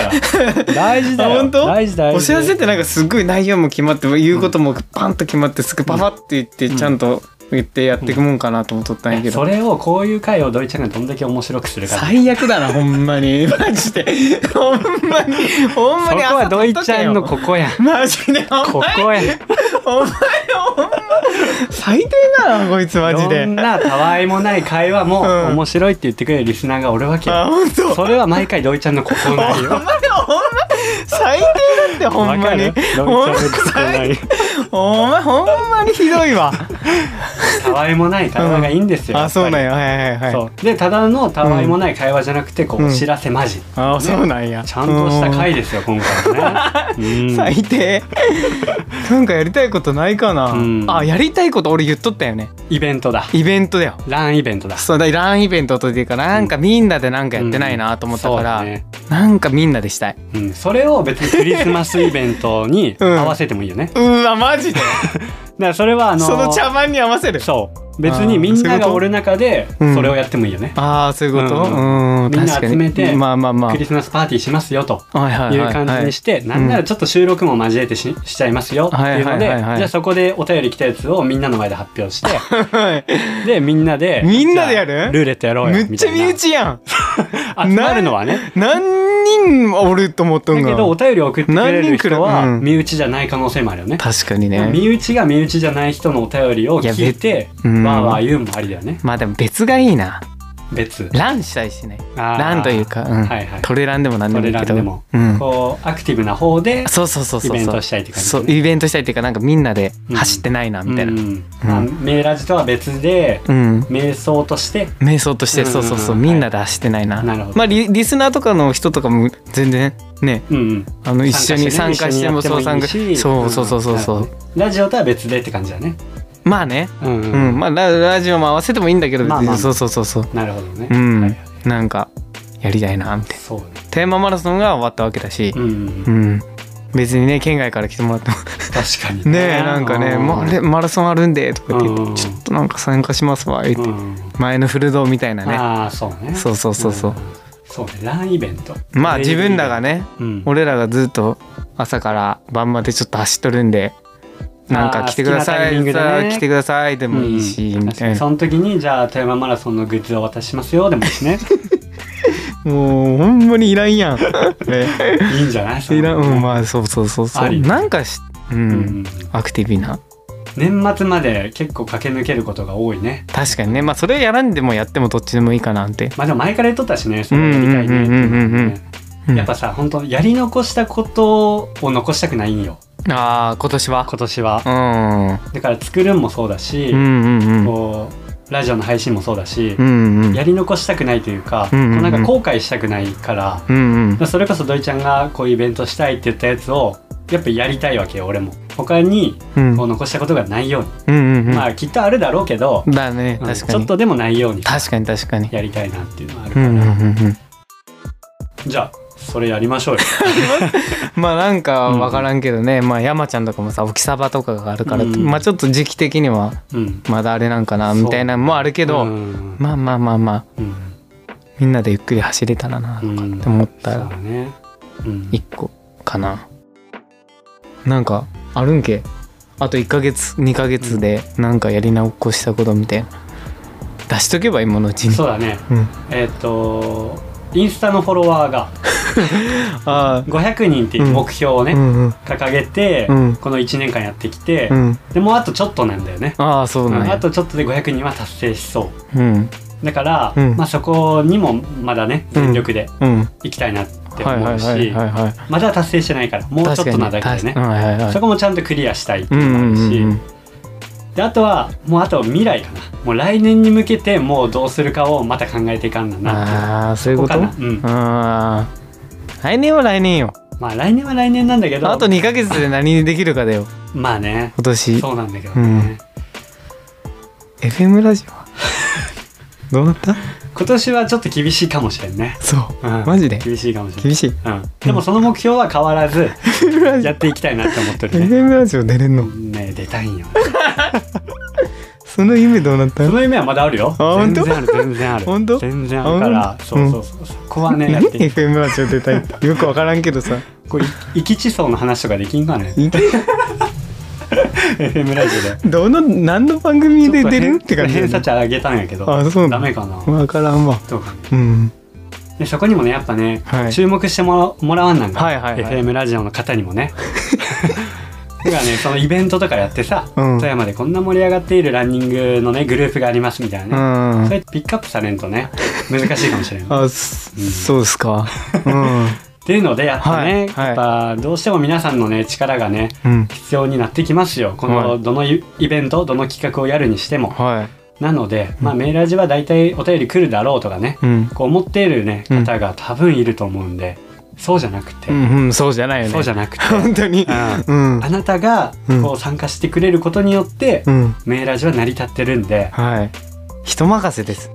B: ら。大事だよ。
A: あ本当
B: 大事大事。
A: お知らせってなんかすごい内容も決まって言うこともパンと決まってすぐパパって言って
B: うん
A: ちゃんと言ってやっていくもんかなと思っとったんやけ
B: そ
A: ど
B: れをこういう回をドイちゃんがどんだけ面白くするか。
A: 最悪だなほんま にマジでほんまにほん
B: そ
A: まに
B: こはドイちゃんの
A: こ
B: ここや。
A: マジでほん
B: こ
A: ま
B: こや。
A: お前ほんま最低だなこいつマジ
B: ど
A: で
B: んなたわいもない会話も
A: うん
B: 面白いって言ってくれるリスナーがおるわけ
A: あ
B: よ。
A: 本当
B: それは毎回ドイちゃんのここない
A: ほん
B: よ。
A: まにほんま最低だってほんまに
B: わかるド
A: ほん
B: イ
A: ま
B: ちゃんのここない。
A: お前ほんまにひどいわ
B: たわいもない会話がいいんですよ。
A: あそうなん
B: やっ
A: やはいは
B: ぱ
A: い
B: り。
A: は
B: そ
A: いう
B: でただのたわいもない会話じゃなくてこう
A: うん
B: お知らせマジ。
A: あそうなんや
B: ちゃんとした回ですよ今回はね。うん
A: 最 低なんかやりたいことないかな、
B: うん
A: あやりたいこと俺言っとったよね
B: イベントだ。
A: イベントだよ
B: ランイベントだ。
A: そうだランイベントというかなんかみんなでなんかやってないなと思ったから、
B: そうだね
A: なんかみんなでしたい
B: うん、それを別にクリスマスイベント に合わせてもいいよね。
A: うわマジ で
B: だからそれはあの
A: その茶番に合わせる
B: そう別にみんながおる中で
A: そういうこと
B: それをやってもいいよね。
A: ああそういうこと、う
B: うん
A: ん、
B: みんな
A: 確かに
B: 集めて
A: まあまあまあ
B: クリスマスパーティーしますよと。
A: はいはいいうはい
B: 感じにして、
A: い
B: なんならちょっと収録も交えてししちゃいますよっていうので、
A: はいはいはいはい
B: じゃあそこでお便り来たやつをみんなの前で発表して
A: はい
B: でみんなで
A: みんなでやる
B: じゃあルーレットやろうよ
A: めっちゃ身
B: み
A: 内やん
B: たいな集まるのはね
A: 何人おると思っと
B: だ
A: ん
B: け
A: が
B: どお便りを送ってくれる人
A: 何
B: は
A: 人来るうん
B: 身内じゃない可能性もあるよね
A: 確かにね
B: 身内が身内じゃない人のお便りを聞いて
A: いやうん
B: わーわー言うのもありだよね
A: まあでも別がいいな
B: 別
A: ランしたいしね
B: あー
A: ランというか、うん
B: はいはい
A: トレランでも何でもいいけど
B: トレランでも
A: うん、
B: こうアクティブな方で
A: そうそうそうそう
B: イベントしたいって感じ
A: そ
B: だね
A: うイベントしたいっていうかなんかみんなで走ってないなみたいな
B: う
A: うん、
B: んあメーラジとは別で瞑想として
A: 瞑想として、
B: うん
A: そうそうそう、
B: はい
A: みんなで走ってないな
B: なるほど
A: まあリリスナーとかの人とかも全然ね
B: うんうん
A: あの一緒に参加
B: 参加
A: し
B: してて
A: も
B: ね
A: そう参加
B: 一緒にやってもいいし
A: そうそうそうそうそ
B: うん
A: う
B: なるラジオとは別でって感じだね
A: まあね
B: うんう
A: うんんまあララジオも合わせてもいいんだけど別
B: まあ
A: に
B: まあ
A: そうそうそうそう
B: なるほどね
A: うん
B: はいはい
A: なんかやりたいなみたいな
B: そうね
A: テーママラソンが終わったわけだし
B: うんうん
A: うん、別にね県外から来てもら っても
B: 確かに
A: ねえなんかね「
B: うん
A: まあれマラソンあるんで」とか言って「
B: うん
A: ちょっとなんか参加しますわ」言って
B: うん
A: 前の古道みたいなね
B: ああそうね
A: そうそうそうそうん
B: そうねランイベント
A: まあ自分らがね
B: うん
A: 俺らがずっと朝から晩までちょっと走っとるんでなんか来てくださ
B: あー好きなタイミン
A: い
B: グでね
A: さあ来てくださいでもいいし
B: うん
A: みたいな
B: その時にじゃあ富山マラソンのグッズを渡しますよでもいい しね
A: もうほんまにいらんやん ね
B: いいんじゃないそ
A: いらんうん
B: あ
A: まあそうそうそうそ
B: あ
A: う
B: り
A: なんかしう
B: うんん、
A: アクティブな
B: 年末まで結構駆け抜けることが多いね
A: 確かにねまあそれやらんでもやってもどっちでもいいかなって
B: まあでも前から言っとったしねそれやりたいねっていうの
A: うんうんうんうんうん
B: ねやっぱさ本当やり残したことを残したくないんよ
A: うんああ今年は
B: 今年は
A: うん
B: だから作るんもそうだし、
A: うんうんうん
B: こうラジオの配信もそうだし、
A: うんうん
B: やり残したくないというか、
A: うんうんうん
B: こうなんか後悔したくないから、
A: うんうん
B: それこそ土井ちゃんがこういうイベントしたいって言ったやつをやっぱやりたいわけよ俺も他に
A: うん
B: こう残したことがないように、
A: うんうん
B: まあきっとあるだろうけど、
A: うんだね
B: うん
A: 確
B: ち
A: か
B: ょっ
A: に
B: とでもないように
A: 確かに確かに
B: やりたいなっていうのはある
A: う
B: から、
A: んうんうんうん
B: じゃあそれやりま しょうよ
A: まあなんか分からんけどね、まあ山ちゃんとかもさ沖サバとかがあるから、
B: うん
A: まあちょっと時期的には
B: うん
A: まだあれなんかな
B: そう
A: みたいなのもあるけど、
B: うん
A: まあまあまあまあ
B: うん
A: みんなでゆっくり走れたらなと
B: う
A: か
B: ん
A: って思っ
B: そ
A: た
B: う
A: ら
B: だね、うん、
A: 一個かな、なんかあるんけあと1ヶ月2ヶ月でなんかやり直したことみたいな出しとけば今のうちに
B: そうだね
A: うん、
B: えっ、とインスタのフォロワ ーが
A: あ
B: 500人っていう目標をね、
A: あ、うんうん
B: 掲げて、
A: うん
B: この1年間やってきて、
A: うん
B: でもうあとちょっとなんだよね
A: ああそうなん
B: あ
A: や
B: とちょっとで500人は達成しそう
A: うん
B: だから、
A: うん
B: まあ、そこにもまだね全力で
A: うん
B: いきたいなって
A: はいは
B: 思
A: いうはい
B: し
A: はいはい
B: まだ達成してないからもうちょっとなだけで
A: 確
B: ね
A: かにはいはいはい
B: そこもちゃんとクリアしたいって
A: う
B: い
A: ん
B: う
A: う
B: のもあ
A: ん
B: るし、
A: うん
B: であとはもうあとは未来かなもう来年に向けてもうどうするかをまた考えていかんだなっていう
A: ああそういうこと
B: ここかなうん
A: あー来年は来年よ
B: まあ来年は来年なんだけど
A: あと2ヶ月で何できるかだよ
B: まあね
A: 今年
B: そうなんだけどね、
A: FM ラジオ はどうなった
B: 今年はちょっと厳しいかもしれんね、
A: そう、
B: うん、
A: マジで
B: 厳しいかもしれん
A: 厳しい
B: うん、でもその目標は変わ らずやっていきたいなって思ってるね
A: FM ラジオ出れんの
B: ね出たいんよ
A: その夢どうなった
B: その夢はまだあるよ
A: あ本
B: 全
A: 当
B: 然ある全然ある
A: 本当
B: 全然あるから
A: あ本当
B: そうそうそうそこはねやっ
A: 何
B: てい
A: FM ラジオ出たい ってよくわからんけどさ
B: こうい生き地層の話とかできんかね FM ラジオで
A: どの何の番組で出るって感じ
B: 偏差値上げたんやけど
A: あそうなの
B: ダメかな
A: わからんわ
B: どうかな
A: うん
B: でそこにもねやっぱね、
A: はい
B: 注目してもらもらわんなんか、
A: はいはいはい
B: FM ラジオの方にもね だからねそのイベントとかやってさ、
A: うん
B: 富山でこんな盛り上がっているランニングのねグループがありますみたいな
A: う
B: ね、
A: ん
B: それピックアップされんとね難しいかもしれない
A: あ、
B: うん
A: そそうですか。うん。
B: っていうのでやっぱね、
A: はい
B: やっぱどうしても皆さんのね力がね
A: うん。
B: 必要になってきますよこ
A: は
B: の
A: い
B: どのイイベントどの企画をやるにしても
A: は
B: なので、まあ、メール味は大体お便り来るだろうとかね
A: い。うん。
B: こう思っている、ね、
A: うん
B: 方が多分いると思うんで、そうじゃなくて、
A: うん、うん、そうじゃないよね。
B: そうじゃなくて
A: 本当に。
B: う
A: うん。
B: あなたが
A: うん
B: こう参加してくれることによって、
A: うん。
B: メール味は成り立ってるんで、
A: はい。人任せです。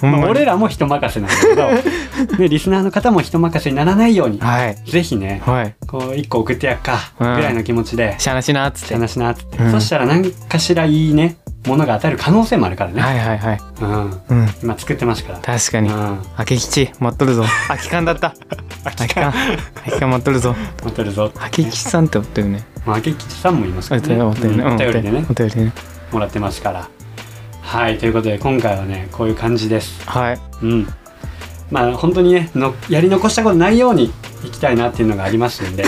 A: ほんま
B: まあ
A: に
B: 俺らも人任せなんだけ ど、ね、リスナーの方も人任せにならないように、
A: はい。
B: ぜひね
A: はい。
B: こう一個送ってやっかぐ
A: うん
B: らいの気持ちで
A: しゃなしなっつって。はい
B: 話しなっつって、
A: うん
B: そしたら何かしらいいねものが当たる可能性もあるからね、
A: はいはい。
B: うん、
A: うん。
B: 今作ってますから。
A: 確か
B: うん
A: に。明け吉、待っとる ぞ。空き缶だった。空き缶。空き缶待っとるぞ。
B: 待ってるぞ。
A: 明け吉さんっておったよね。
B: まあ、明吉さんもいます
A: お
B: から
A: った
B: ね。
A: よね、おったよね。
B: うんお便りでね
A: うんお。便りでね。
B: もらってますから。はい、ということで今回はねこういう感じです。
A: はい。
B: うん。まあ本当にねのやり残したことないようにいきたいなっていうのがあります んで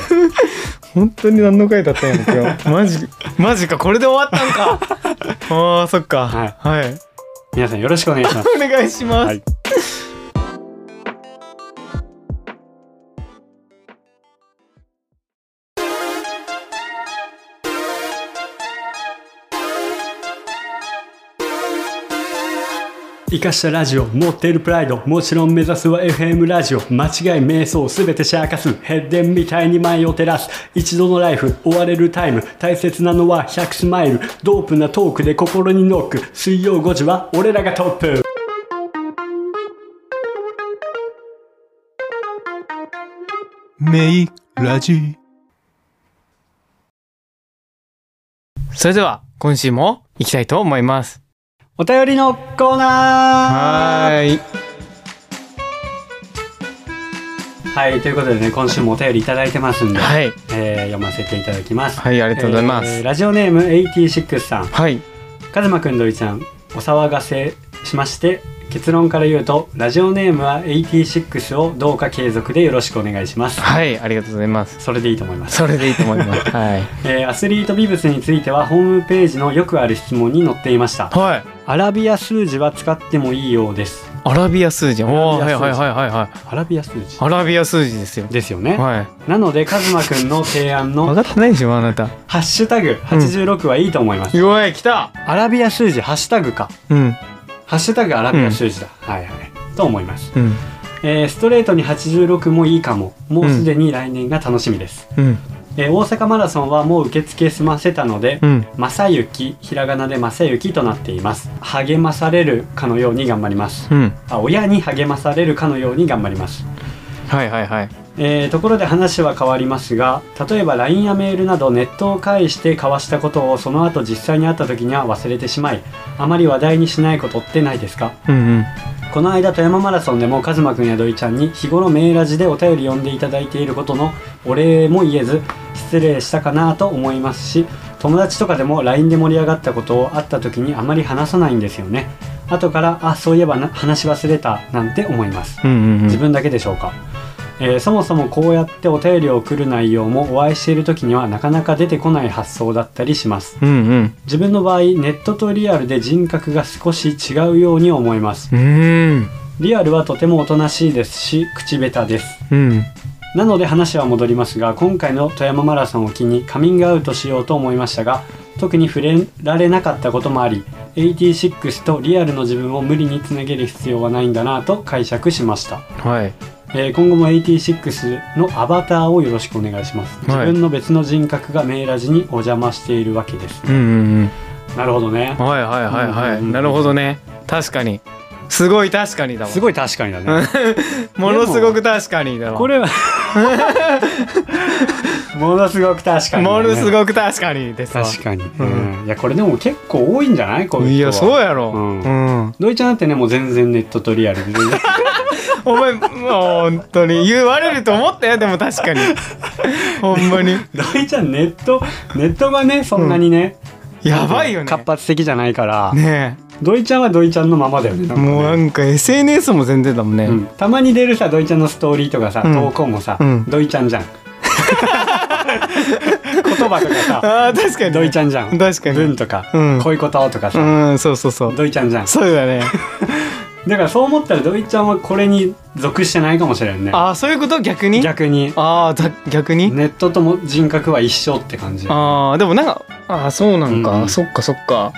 A: 本当に何の回だったんやろ今日マジマジかこれで終わったん かあーそっか
B: は
A: は
B: い
A: い、
B: 皆さんよろしくお願いします。
A: お願いします、
B: はい生かしたラジオ持っているプライドもちろん目指すは FM ラジオ間違い瞑想すべてシャーカスヘッデンみたいに前を照らす一度のライフ追われるタイム大切なのは100スマイルドープなトークで心にノック水曜5時は俺らがトップ
D: メイラジ
A: それでは今週も行きたいと思います
B: お便りのコーナー
A: はい
B: はいということでね今週もお便りいただいてますんで、
A: はい
B: えー読ませていただきます
A: はいありがとうございます、
B: えーラジオネーム86さん
A: はい
B: カズマくんどいちゃんお騒がせしまして結論から言うとラジオネームは86をどうか継続でよろしくお願いします
A: はいありがとうございます
B: それでいいと思います、
A: それでいいと思います はい
B: えーアスリートビブスについてはホームページのよくある質問に載っていました
A: はい
B: アラビア数字は使ってもいいようです
A: アラビア数字おお
B: アラ
A: は
B: ビ
A: い
B: ア数字
A: はいはいはいはい
B: アラビア数字
A: アラビア数字ですよ
B: ですよね、
A: はい
B: なのでカズマくんの提案
A: 分
B: の
A: かってないでしょあなた
B: 「ハッシュタグ #86」はいいと思います、
A: よい来た
B: アラビア数字ハッシュタグか
A: うん
B: ハッシュタグアラビア数字だ、はいはいと思います
A: うん
B: えーストレートに86もいいかももうすでに来年が楽しみです、
A: うん
B: えー大阪マラソンはもう受付済ませたので
A: うん
B: 「正幸」ひらがなで「正幸」となっています励まされるかのように頑張ります
A: うん
B: あ親に励まされるかのように頑張ります、
A: はいはいはい
B: えーところで話は変わりますが例えば LINE やメールなどネットを介して交わしたことをその後実際に会った時には忘れてしまいあまり話題にしないことってないですか
A: うんうん
B: この間富山マラソンでもカズマくんやどいちゃんに日頃メーラジでお便り読んでいただいていることのお礼も言えず失礼したかなと思いますし友達とかでも LINE で盛り上がったことを会った時にあまり話さないんですよね後からあそういえばな話し忘れたなんて思います
A: うんうんうん
B: 自分だけでしょうか、えーそもそもこうやってお便りを送る内容もお会いしている時にはなかなか出てこない発想だったりします
A: うんうん
B: 自分の場合ネットとリアルで人格が少し違うように思います
A: うーん
B: リアルはとてもおとなしいですし口下手です
A: うん
B: なので話は戻りますが今回の富山マラソンを機にカミングアウトしようと思いましたが特に触れられなかったこともあり86とリアルの自分を無理につなげる必要はないんだなと解釈しました、
A: はい
B: えー今後も86のアバターをよろしくお願いします自
A: はい
B: 分の別の人格がメイラジにお邪魔しているわけです、
A: うんうん
B: なるほどね
A: うんはいはいはいは
B: うんうん
A: い
B: うん
A: なるほどね確かにすごい確かにだわ
B: すごい確かにだね
A: ものすごく確かにだわ
B: これはものすごく確かにだ
A: も
B: ね、
A: のすごく確かにですわ
B: 確かに、
A: ん
B: うんいやこれでも結構多いんじゃないこういう人
A: やそう
B: はい
A: やろ
B: う
A: うんん
B: ドイちゃんだってねもう全然ネットとリ アルで全然
A: お前もう本当に言われると思ったよでも確 かにほんまに
B: ドイちゃんネットネットがねそんなにね、
A: やばいよね
B: 活発的じゃないから、
A: ね
B: ドイちゃんはドイちゃんのままだよねな
A: え
B: んかね
A: もうなんか SNS も全然だもんね、
B: うんたまに出るさドイちゃんのストーリーとかさ、
A: うん
B: 投稿もさ、
A: うん
B: ドイちゃんじゃん言葉とかさ
A: ああ確かに
B: ドイち
A: ゃ
B: ゃんじゃん
A: 確かに
B: 文とか、
A: うん
B: こういうこととかさ、
A: うんそうそうそう
B: ドイちゃんじゃん
A: そうだ ね
B: だからそう思ったらドイちゃんはこれに属してないかもしれんね
A: ああそういうこと逆に
B: 逆に
A: ああだ逆に、
B: ネットとも人格は一緒って感じ
A: ああでもなんかああそうなんか、
B: うん
A: そっかそっか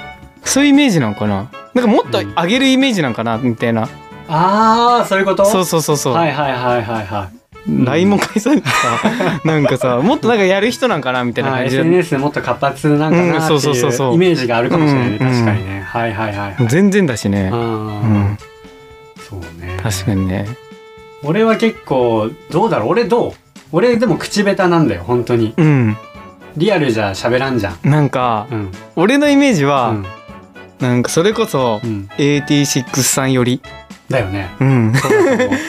A: そういうイメージなんかななんかもっと
B: うん
A: 上げるイメージなんかなみたいな、
B: あーそういうこと
A: そうそうそうそう、
B: はいはいはいはいはいん
A: LINE も解散さ なんかさもっとなんかやる人なんかなみたいな
B: あー
A: 感じで
B: SNS もっと活発なんかなって
A: うんそうそうそう
B: い
A: そうう
B: イメージがあるかもしれないね、
A: うん
B: 確かにねはいはいはいはい
A: 全然だしね、う
B: あ
A: ん、
B: ーそうね
A: 確かにね
B: 俺は結構どうだろう俺どう俺でも口下手なんだよ本当に
A: うん
B: リアルじゃ喋らんじゃん
A: なんか
B: うん
A: 俺のイメージは、
B: うん
A: なんかそれこそ
B: うん、
A: AT6 さんより
B: だ よね
A: うん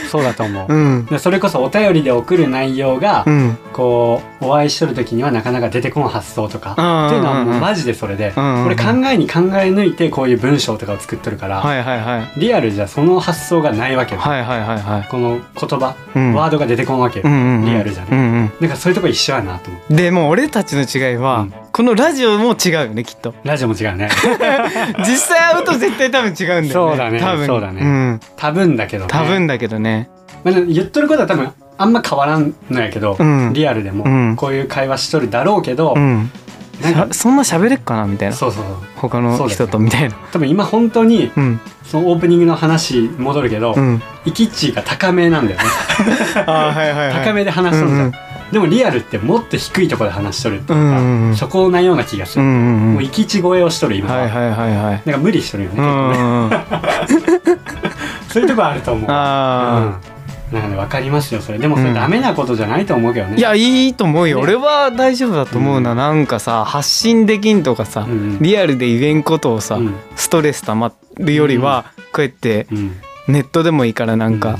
B: そうだと思うそうだと思う
A: うん
B: でそれこそお便りで送る内容が、
A: うん
B: こうお会いしとる時にはなかなか出てこん発想とか
A: うんうんうんうん
B: っていうのはもうマジでそれで、
A: うんうんうん
B: 俺考えに考え抜いてこういう文章とかを作っとるから、
A: はいはいはい
B: リアルじゃその発想がないわけよ、
A: はいはいはいはい
B: この言葉、
A: うん
B: ワードが出てこんわけよ、
A: うんうんうん
B: リアルじゃね
A: うん
B: なんかそういうとこ一緒やなと思う
A: うんでも俺たちの違いは、
B: うん
A: このラジオも違うよねきっ と
B: ラジオも違 うね
A: 実際会うと絶対多分違うんだよね
B: そうだね
A: 多分
B: そうだね
A: ん、
B: 多分だけど、ね、
A: 多分だけどね
B: まあ、言っとることは多分あんま変わらんのやけど、
A: うん
B: リアルでも、
A: うん
B: こういう会話しとるだろうけど、
A: うん
B: な
A: し
B: んか
A: ゃそんな喋れっかなみたいな
B: そうそうそう
A: 他
B: そう
A: の
B: だね
A: 人とみたいな
B: 多分今本当に
A: うん
B: そのオープニングの話戻るけど、
A: うん
B: イキッチーが高めなんだよね
A: あーはいはいはい
B: 高めで話しとるじゃん、
A: うん
B: でもリアルってもっと低いところで話しとるっていうか、
A: うんうんうん
B: そこなような気がす
A: う
B: る、
A: んうん
B: も
A: う
B: うん行き地越えをしとる今は、
A: はいはいはいはい
B: なんか無理しとるよ ね、
A: うんうんうん
B: そういうとこあると思う、うん、
A: あ
B: なので分かりますよそれでもそれダメなことじゃないと思うけどね、
A: ーいやいいと思うよ
B: ね
A: 俺は大丈夫だと思うな、
B: う
A: なんかさ発信できんとかさ、
B: うんうん
A: リアルで言えんことをさ、
B: うん
A: ストレス溜まるよりは、こうやって
B: うん
A: ネットでもいいからなんか、
B: うん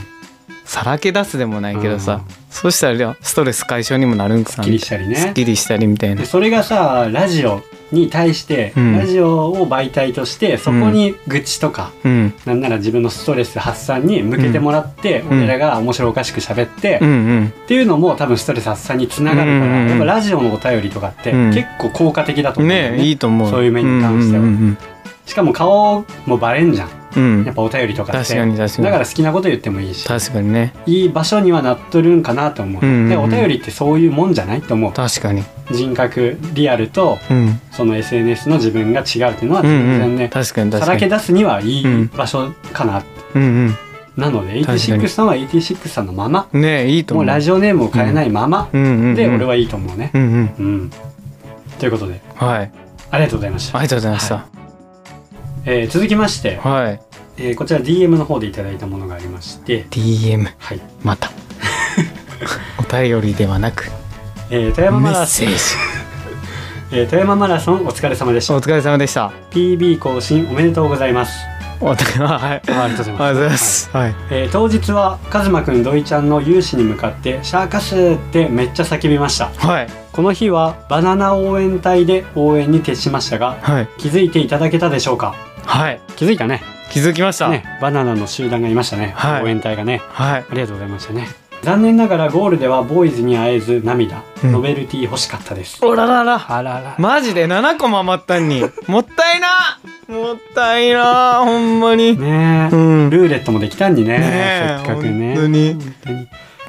A: さらけ出すでもないけどさ、
B: うん
A: そうしたらストレス解消にもなるんかな
B: 気にしたり
A: すっ
B: ね
A: きりしたりみたいな
B: でそれがさラジオに対して、
A: うん
B: ラジオを媒体としてそこに愚痴とか、
A: うん
B: なんなら自分のストレス発散に向けてもらって、
A: ん
B: 俺らが面白おかしく喋って、
A: うんうん
B: っていうのも多分ストレス発散につながるから、
A: うんうんうん
B: やっぱラジオのお便りとかって
A: うん
B: 結構効果的だと思うんだよ
A: ね
B: ね
A: いいと思う
B: そういう面に関しては
A: うんうん
B: しかも顔もバレんじゃん
A: うんうん、うん
B: やっぱお便りとかって
A: 確かに確かに
B: だから好きなこと言ってもいいし
A: 確かにね
B: いい場所にはなっとるんかなと思う,、
A: うんうんうん
B: でお便りってそういうもんじゃないと思う
A: 確かに
B: 人格リアルと
A: うん
B: その SNS の自分が違うっていうのは
A: う
B: 全
A: ん
B: 然
A: うん
B: ね、
A: 確かに
B: さ
A: 確から
B: け
A: に
B: 出すにはいい
A: ん
B: 場所かな、
A: うん
B: なので
A: 確かに
B: 86さんは86さんのまま
A: うんねいいと
B: も
A: 思
B: う
A: う
B: ラジオネームを変えないまま
A: うんうんうん
B: で俺はいいと思うね
A: うんうん
B: うん、ということで
A: はい
B: ありがとうございました
A: ありがとうございました
B: えー続きまして、
A: はい
B: えーこちら DM の方でいただいたものがありまして
A: DM
B: はい、
A: またお便りではなく
B: えー富山
A: メ
B: マラ
A: ッ
B: ソ
A: セ
B: ン
A: ー、ジ
B: えー富山マラソンお疲れ様でした
A: お疲れ様でした
B: PB 更新おめでとうございます
A: お疲れはい
B: あありがとう
A: ありがとう
B: ご
A: ござ
B: ざい
A: い
B: ま
A: ますすはい
B: はいえー当日はカズマくん土井ちゃんの勇姿に向かって「シャーカス!」ってめっちゃ叫びました
A: はい
B: この日はバナナ応援隊で応援に徹しましたが
A: はい
B: 気づいていただけたでしょうか
A: はい
B: 気づいたね
A: 気づきました
B: ねバナナの集団がいましたね、
A: はい
B: 応援隊がね
A: はい
B: ありがとうございましたね残念ながらゴールではボーイズに会えず涙、
A: うん
B: ノベルティ欲しかったです
A: おららら
B: あらら
A: マジで7個も余ったんにもったいなもったいなほんまにね
B: ねえ、
A: うん
B: ルーレットもできたんにね
A: え
B: せっかくね
A: 本当に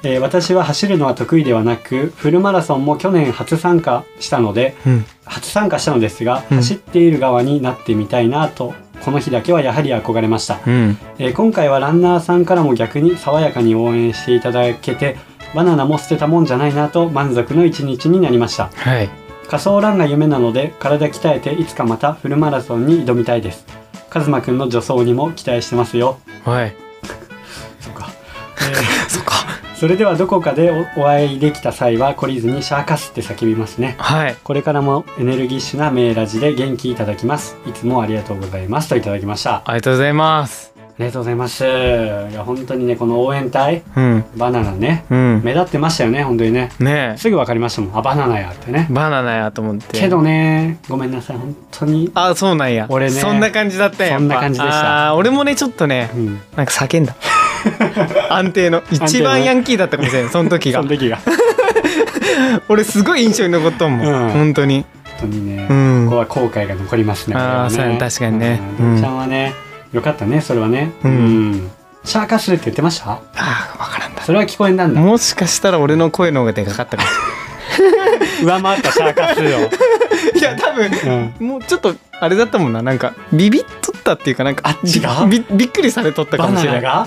B: えー私は走るのは得意ではなくフルマラソンも去年初参加したので
A: うん
B: 初参加したのですが、
A: うん
B: 走っている側になってみたいなとこの日だけはやはり憧れました、
A: うん
B: えー今回はランナーさんからも逆に爽やかに応援していただけてバナナも捨てたもんじゃないなと満足の一日になりました
A: はい
B: 仮想ランが夢なので体鍛えていつかまたフルマラソンに挑みたいですカズマくんの助走にも期待してますよ
A: はい
B: そっか
A: そっか
B: それではどこかでおお会いできた際は懲りずにシャーカスって叫びますね
A: はい
B: これからもエネルギッシュなメーラジで元気いただきますいつもありがとうございますといただきましたあ
A: ありがとうございます
B: りがとうございますいや本当にねこの応援隊
A: うん
B: バナナね
A: うん
B: 目立ってましたよね本当にね
A: ね
B: すぐ分かりましたもんあバナナやってね
A: えバナナやと思って
B: けどねごめんなさい本当に
A: あそうなんや
B: 俺ね
A: そんな感じだったんややっぱ
B: そんな感じでした
A: あー俺もねちょっとね
B: うん
A: なんか叫 んだ安定の一
B: 安定
A: 番
B: ね
A: ヤンキーだったかもしれないその時
B: そ
A: が
B: の 時が本
A: 俺すごい印象に残ったもん、
B: うん
A: 本当に
B: 当にね、
A: うん
B: ここは後悔が残りますね
A: あー
B: これはね
A: そうや確かにね
B: う
A: うんん
B: ドンちゃんはねよかったねそれはね
A: うん
B: んシャーカスって言ってました
A: ああ分からんだ
B: それは聞こえ んだんだ
A: もしかしたら俺の声の方がでかかったかもし
B: 上回ったシャーカスを、
A: れ ないいや多分
B: うん、
A: もうちょっとあれだったもんななんかビビっとったっていうかなんか
B: あ違う
A: びびっくりされとったかもしれない
B: バナナが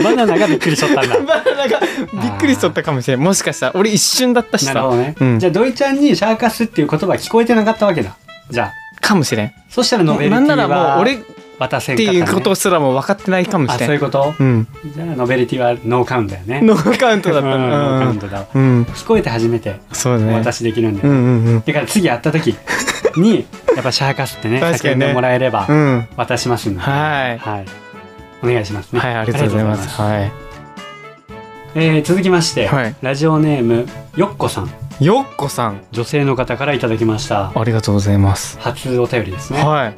A: う
B: バナナがびっくりしとったんだ
A: ん、バナナがびっくりしとったかもしれないもしかしたら俺一瞬だったし
B: なるほ
A: さ
B: どね、
A: うん
B: じゃあ土井ちゃんにシャーカスっていう言葉聞こえてなかったわけだじゃあ
A: かもしれん
B: そしたらノベルテ
A: な
B: ィ
A: んな
B: は
A: らもう俺っ
B: 渡せんか
A: て
B: った、ね、
A: いうことすらも分かってないかも
B: あ
A: しれ
B: そ
A: ん
B: ういうこと
A: うん
B: じゃあノベルティはノーカウントだよね
A: ノーカウントだっ
B: うんノーカウン
A: た
B: トだわ
A: うん、うん、
B: 聞こえて初めて
A: そうだ
B: お
A: ね
B: 渡しできるんだよ、
A: うんうんうん
B: だから次会った時 にやっぱシャーカスってね
A: 確か
B: 叫
A: に
B: ん
A: ね
B: でもらえれば
A: うん
B: 渡しますんで、
A: はい
B: はい、お願いしますね
A: はいありがとうございます
B: ありがとうござい
A: は
B: ますえー続きまして、
A: はい
B: ラジオネームよっこさん
A: いよっこさん
B: 女性の方からいただきました
A: ありがとうございます
B: 初お便りですね、
A: はい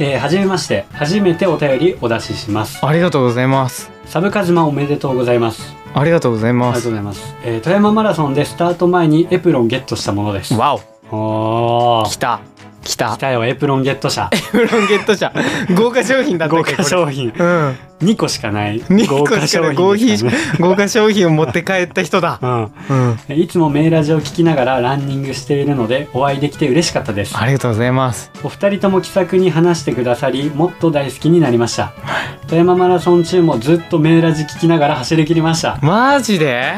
B: えーはじめまして初めてお便りお出しします
A: ありがとうございます
B: サブカズマおめでとうございます
A: ありがとうござい
B: あり
A: ま
B: がと
A: す
B: うございます、えー富山マラソンでスタート前にエプロンゲットしたものです
A: わお
B: おー
A: 来た来た
B: 来たよエ プロンゲット社
A: フロンゲット社豪華商品だった
B: 豪
A: っけ
B: 華
A: これ
B: 商品
A: うん
B: 2個しかない
A: 二個しかない
B: 豪華商品 ですからね
A: 豪華商品を持って帰った人だ
B: うん
A: うん
B: えいつもメイラジを聞きながらランニングしているのでお会いできて嬉しかったです
A: ありがとうございます
B: お二人とも気さくに話してくださりもっと大好きになりました富山マラソン中もずっとメイラジ聞きながら走り切りました
A: マジ で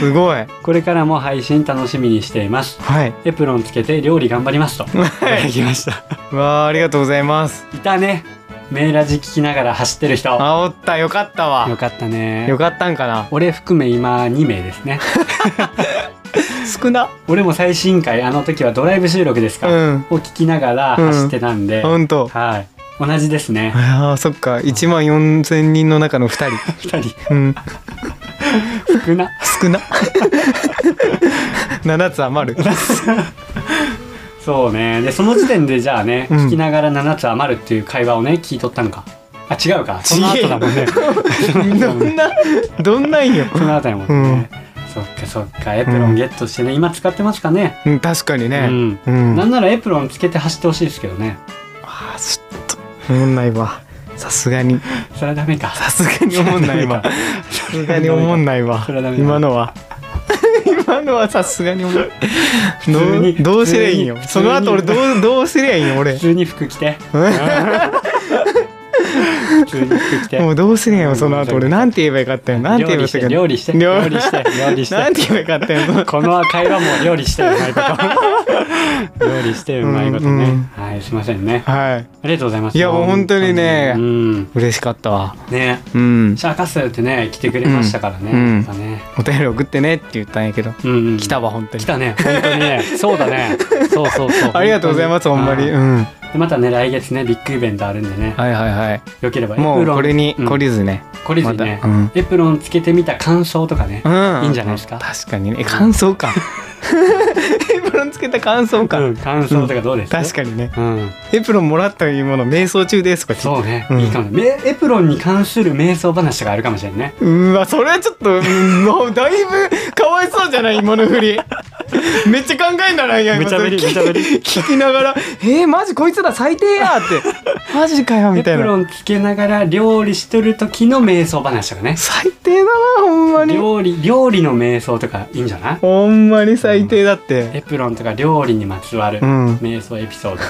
A: すごい
B: これからも配信楽しみにしています
A: はい
B: エプロンつけて料理頑張りますといただきました
A: わあありがとうございます
B: いたねメイラジ聞きながら走ってる人よ
A: あおったよかったわ
B: かったね
A: よかったんかな
B: 俺含め今2名ですね
A: 少な
B: 俺も最新回あの時はドライブ収録です
A: う
B: か、
A: ん
B: を聞きながら走ってたんで、
A: ほんと
B: はい同じですね
A: あーそっか1万4,000人の中の2人
B: 2人
A: うん
B: 少な
A: 少 な7つ余る
B: そうねでその時点でじゃあね、
A: うん
B: 聞きながら7つ余るっていう会話をね聞いとったのかあ違うかその後だもんね
A: どんなどんなんよ
B: その後やもんね、そっかそっかエプロンゲットしてね、今使ってますかね
A: うん確かにね
B: うん
A: うん
B: なんならエプロンつけて走ってほしいですけどね
A: あーちょっと思んないわさすがに
B: それはダメか
A: さすがに思んないわさすがに思んないわ
B: それはダメだ
A: 今の は今のはさすがに思う
B: 通に
A: どうどうすりゃいいんよ
B: 普通に
A: その後俺どうどうすりゃいいんよ俺
B: 普通に服着て普通に服着て
A: もうどうすりゃいいんよその後俺なんて言えばよかったよなんて言えば
B: 料理
A: よ
B: して
A: かった
B: 料理して
A: 料
B: 料
A: 理
B: 理して料理して
A: なんて言えばよかったよ
B: この会話も料理してうまい こと料理してうまいことね、
A: うんうん
B: はいすいませんね
A: はい
B: ありがとうございます
A: いやもう本当にね
B: うん
A: 嬉しかったわ
B: ね
A: うん
B: シャーカスってね来てくれましたからね、
A: うん
B: やっぱね
A: お便り送ってねって言ったんやけど
B: うんうん
A: 来たわ本当に
B: 来たね本当にね そうだねそうそうそう
A: ありがとうございますほんまに
B: う
A: うんんは
B: でまたね来月ねビッグイベントあるんでね
A: いはいはい
B: よければ
A: も
B: エ
A: う
B: プロン
A: これに
B: うん
A: 懲りずね、
B: これでね、
A: まだうん
B: エプロンつけてみた感想とかね、
A: うん
B: いいんじゃないですか
A: 確かにねえ感想 かエプロンつけた感想か、
B: うん感想とかどうです
A: 確かにね
B: かうん
A: エプロンもらったというもの瞑想中ですとか聞い
B: そうね、
A: うん
B: いいかもねめエプロンに関する瞑想話とかあるかもしれんね
A: てうわそれはちょっとうんもうだいぶかわいそうじゃない今の振りめっちゃ考えんだな今
B: めちゃめりめちゃめり
A: 聞き聞きながら「えー、マジこいつら最低や!」って「マジかよ」み
B: エ
A: た
B: プ
A: いな
B: ロンつけながら料理しとる時の瞑想話とかね
A: 最低だなほんまに
B: 料理料理の瞑想とかいいんじゃない
A: ほんまに最低だって
B: エプロンとか料理にまつわる
A: うん
B: 瞑想エピソード、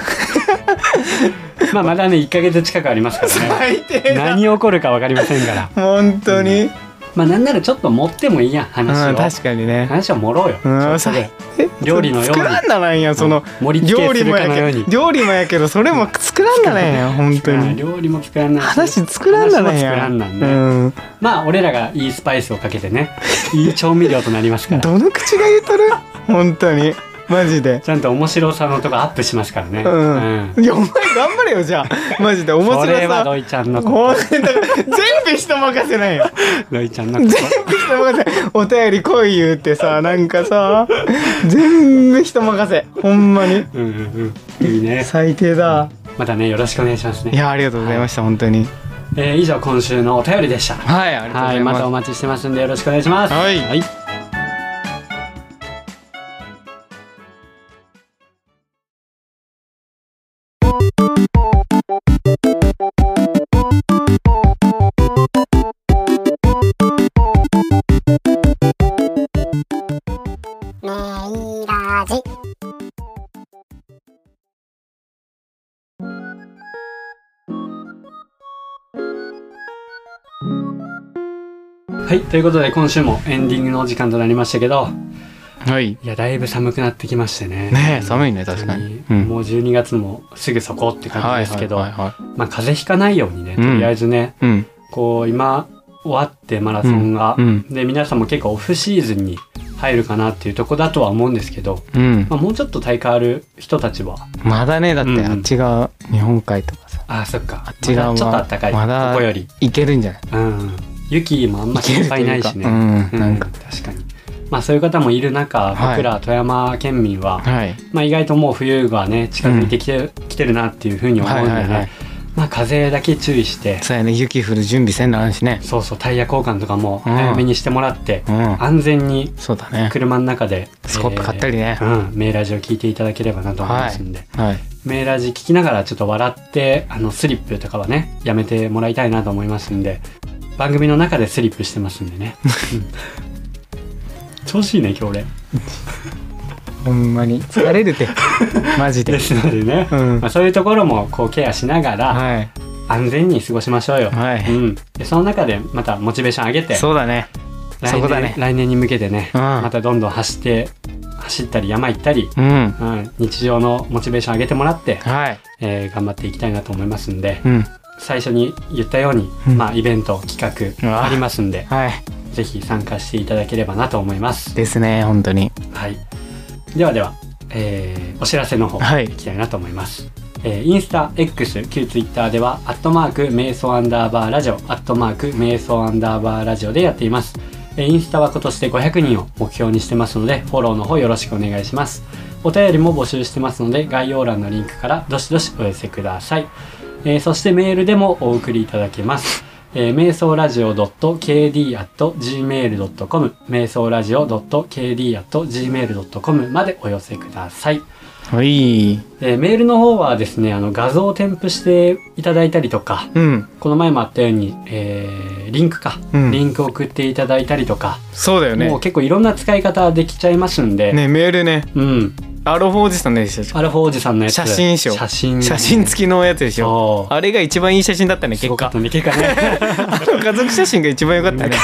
B: まあまだね1ヶ月近くありますからね
A: 最低だ
B: 何起こるか分かりませんから
A: 本当に、うん、
B: まあなんならちょっと持ってもいいやん話を、
A: 確かにね
B: 話を盛ろうよ、
A: うん
B: ちょっとで
A: 最低
B: 料理のように
A: 作らんならんやんその、
B: 盛り付
A: 料
B: け
A: 理
B: する
A: も
B: かのよう
A: や
B: に
A: け料理もやけどそれも作らんならんやん本当
B: うん
A: に
B: 料理も作らんないし
A: 話作らんならん
B: 話も
A: や
B: 作らんなんで、
A: うん
B: まあ俺らがいいスパイスをかけてねいい調味料となりますから
A: どの口が言うとる本当にマジで
B: ちゃんと面白さのとこアップしますからね
A: うん、いやお前頑張れよじゃあマジで面
B: それ
A: 白
B: は
A: さ
B: ロイちゃんのこ
A: ほんとだから全部人任せないよ
B: とロイちゃんのこ
A: 全部人任せお便り来い言うてさなんかさ全部人任せほんまに
B: とうんうんうんいいね
A: 最低だ
B: またねよろしくお願いします
A: い
B: ね、
A: やありがとうございました本当に
B: えー以上今週のお便りでした
A: はいありがとうご
B: は
A: ざ
B: い
A: い
B: ま
A: ま
B: たお
A: す
B: 待ちしてますんでよろしくお願いします
A: はい
B: はい
E: メイラジ
B: はいということで今週もエンディングのお時間となりましたけど
A: はい
B: いやだいぶ寒くなってきましてね
A: ねえ寒いね確かに
B: 本当もう12月もすぐそこって感じですけど、
A: はいはいはいは
B: まあ風邪ひかないようにねと
A: うん
B: りあえずね、
A: いうん
B: こう今終わってマラソンが、
A: うん
B: で皆さんも結構オフシーズンに入るかなっていうとこだとは思うんですけど、
A: うん
B: まあ、もうちょっと大会ある人たちは
A: まだねだって
B: うんうん
A: あっち側日本海とかさ
B: あそっか
A: あっち側
B: ま
A: は
B: だちょっとあったかい、
A: まだ
B: ここより、
A: いけるんじゃない
B: うん、雪もあんま
A: いけ
B: 心
A: ると
B: 配ないいう
A: か
B: しね、
A: うん
B: うん
A: なんか
B: 確かにまあそういう方もいる中
A: はい
B: 僕ら富山県民は、
A: はい
B: まあ、意外ともう冬がね近づいてきて,、きてるなっていうふうに思うんでね、
A: はいはいはい
B: まあ風邪だけ注意して
A: そうやね雪降る準備せんならんしね
B: そうそうタイヤ交換とかも
A: うん
B: 早めにしてもらって、
A: うん
B: 安全に
A: そうだね
B: 車の中で
A: スコップ買ったりね
B: えーうん、メイラジを聞いていただければなと思いますんで、
A: はい
B: メイラジ聞きながらちょっと笑ってあのスリップとかはねやめてもらいたいなと思いますんで番組の中でスリップしてますん でねうん調子いいね今日俺
A: ほんまに疲れる てマジで
B: ですのでね、
A: うん
B: まあ、そういうところもこうケアしながら、
A: はい
B: 安全に過ごしましょうよ、
A: はい
B: うん、でその中でまたモチベーション上げて
A: そうだね
B: 来
A: そ
B: 年
A: こだね
B: 来年に向けてね、
A: うん
B: またどんどん走って走ったり山行ったり、
A: うん
B: うん、日常のモチベーション上げてもらって、
A: はい
B: えー頑張っていきたいなと思いますんで
A: うん
B: 最初に言ったように、
A: うん
B: まあ、イベント企
A: う
B: 画
A: わ
B: ありますんで
A: はい
B: ぜひ参加していただければなと思います、
A: ですね本当に
B: はい、ではでは、えーお知らせの方、
A: はい
B: い、きたいなと思います、えーインスタ X 旧ツイッターでは「アットマーク瞑想アンダーバーラジオ」「アットマーク瞑想アンダーバーラジオ」でやっていますえーインスタは今年で500人を目標にしてますのでフォローの方よろしくお願いしますお便りも募集してますので概要欄のリンクからどしどしお寄せください、えーそしてメールでもお送りいただけます、えー、瞑想ラジオ .kd.gmail.com 瞑想ラジオ .kd.gmail.com までお寄せください
A: はい
B: えーメールの方はですねあの画像を添付していただいたりとか
A: うん
B: この前もあったように、えーリンクか、
A: うん
B: リンクを送っていただいたりとか、
A: そうだよね
B: もう結構いろんな使い方できちゃいますんで、
A: ねメールね
B: うん
A: アロフォージさんでした
B: アルフォーおじさんのやつ
A: 写真でしょ
B: 写真
A: 写真付きのやつでしょ
B: そう
A: あれが一番いい写真だったね
B: す
A: 結
B: ごかっ
A: 果
B: たね結果ね
A: あの家族写真が一番良かったね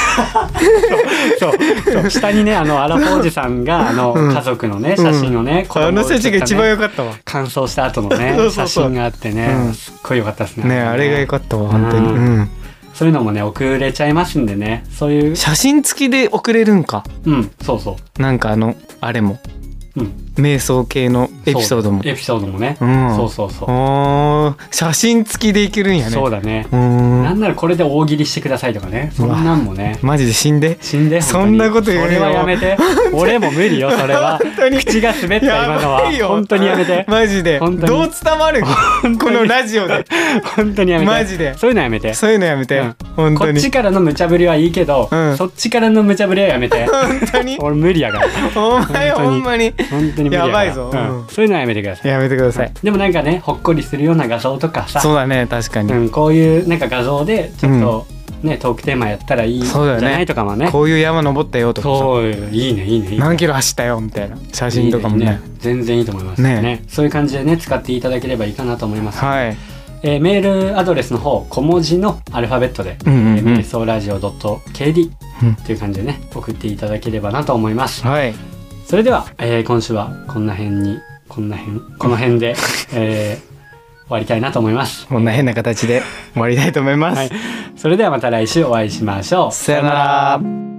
B: そうそう下にねあのアラフォーおじさんがあの、
A: うん
B: 家族のね写真をね、子供
A: あ
B: を
A: の
B: 写
A: 写
B: 真
A: 真が一番良かったわ
B: 乾燥した後の ね
A: そうそ
B: 写
A: うそう
B: 真があってね、
A: うん
B: すっごい良かったですね
A: ねあれが良かったわ本当に
B: う
A: うん
B: そういうのもね遅れちゃいますんでねそういう
A: 写真付きで送れるんか
B: うんそうそう
A: なんかあのあれも
B: うん
A: 瞑想系のエピソードも
B: そうエピソードもね、
A: うん
B: そうそうそう、
A: おー写真付きでいけるんやね
B: そうだね、
A: うー
B: なんんならこれで大喜利してくださいとかねそんなんもね
A: マジで死んで
B: 死んで
A: そんなこと言う
B: よ
A: の
B: それはやめて俺も無理よそれは口が滑った今の
A: ばい
B: は
A: よ
B: 本当にやめて
A: マジでど
B: 本
A: う
B: 当に
A: 伝わるこのラジオで
B: 本当にやめて
A: マジで
B: そういうのやめて
A: そういうのやめて、
B: うん
A: 本
B: こ
A: 当
B: っ
A: に
B: ちからの無茶ぶりはいいけど、
A: うん
B: そっちからの無茶ぶりはやめて
A: 本当に
B: 俺無理やから
A: お前
B: 本当に
A: ほんまに
B: 本当に無理やから
A: やばいぞ
B: うん
A: うん
B: そういうのはやめてください
A: やめてください
B: でもなんかねほっこりするような画像とかさ
A: そうだね確かに、
B: うん、こういうなんか画像でちょっと、ねトークテーマやったらいいんじ
A: そうだよ
B: ゃ
A: ね
B: ないとかもね
A: こういう山登ったよとかさ
B: そういいねいいねいいね
A: 何キロ走ったよみたいな写真とかもね
B: いいねいいね全然いいと思いますね
A: ね
B: そういう感じでね使っていただければいいかなと思います、
A: はい
B: えーメールアドレスの方小文字のアルファベットで「
A: うんうんうん
B: 瞑想ラジオ .kd
A: うん」
B: という感じでね送っていただければなと思います
A: はい
B: それでは、えー今週はこんな辺にこんな辺この 辺で、えー終わりたいなと思います
A: こんな変な形で終わりたいと思います、
B: はいそれではまた来週お会いしましょう
A: さよなら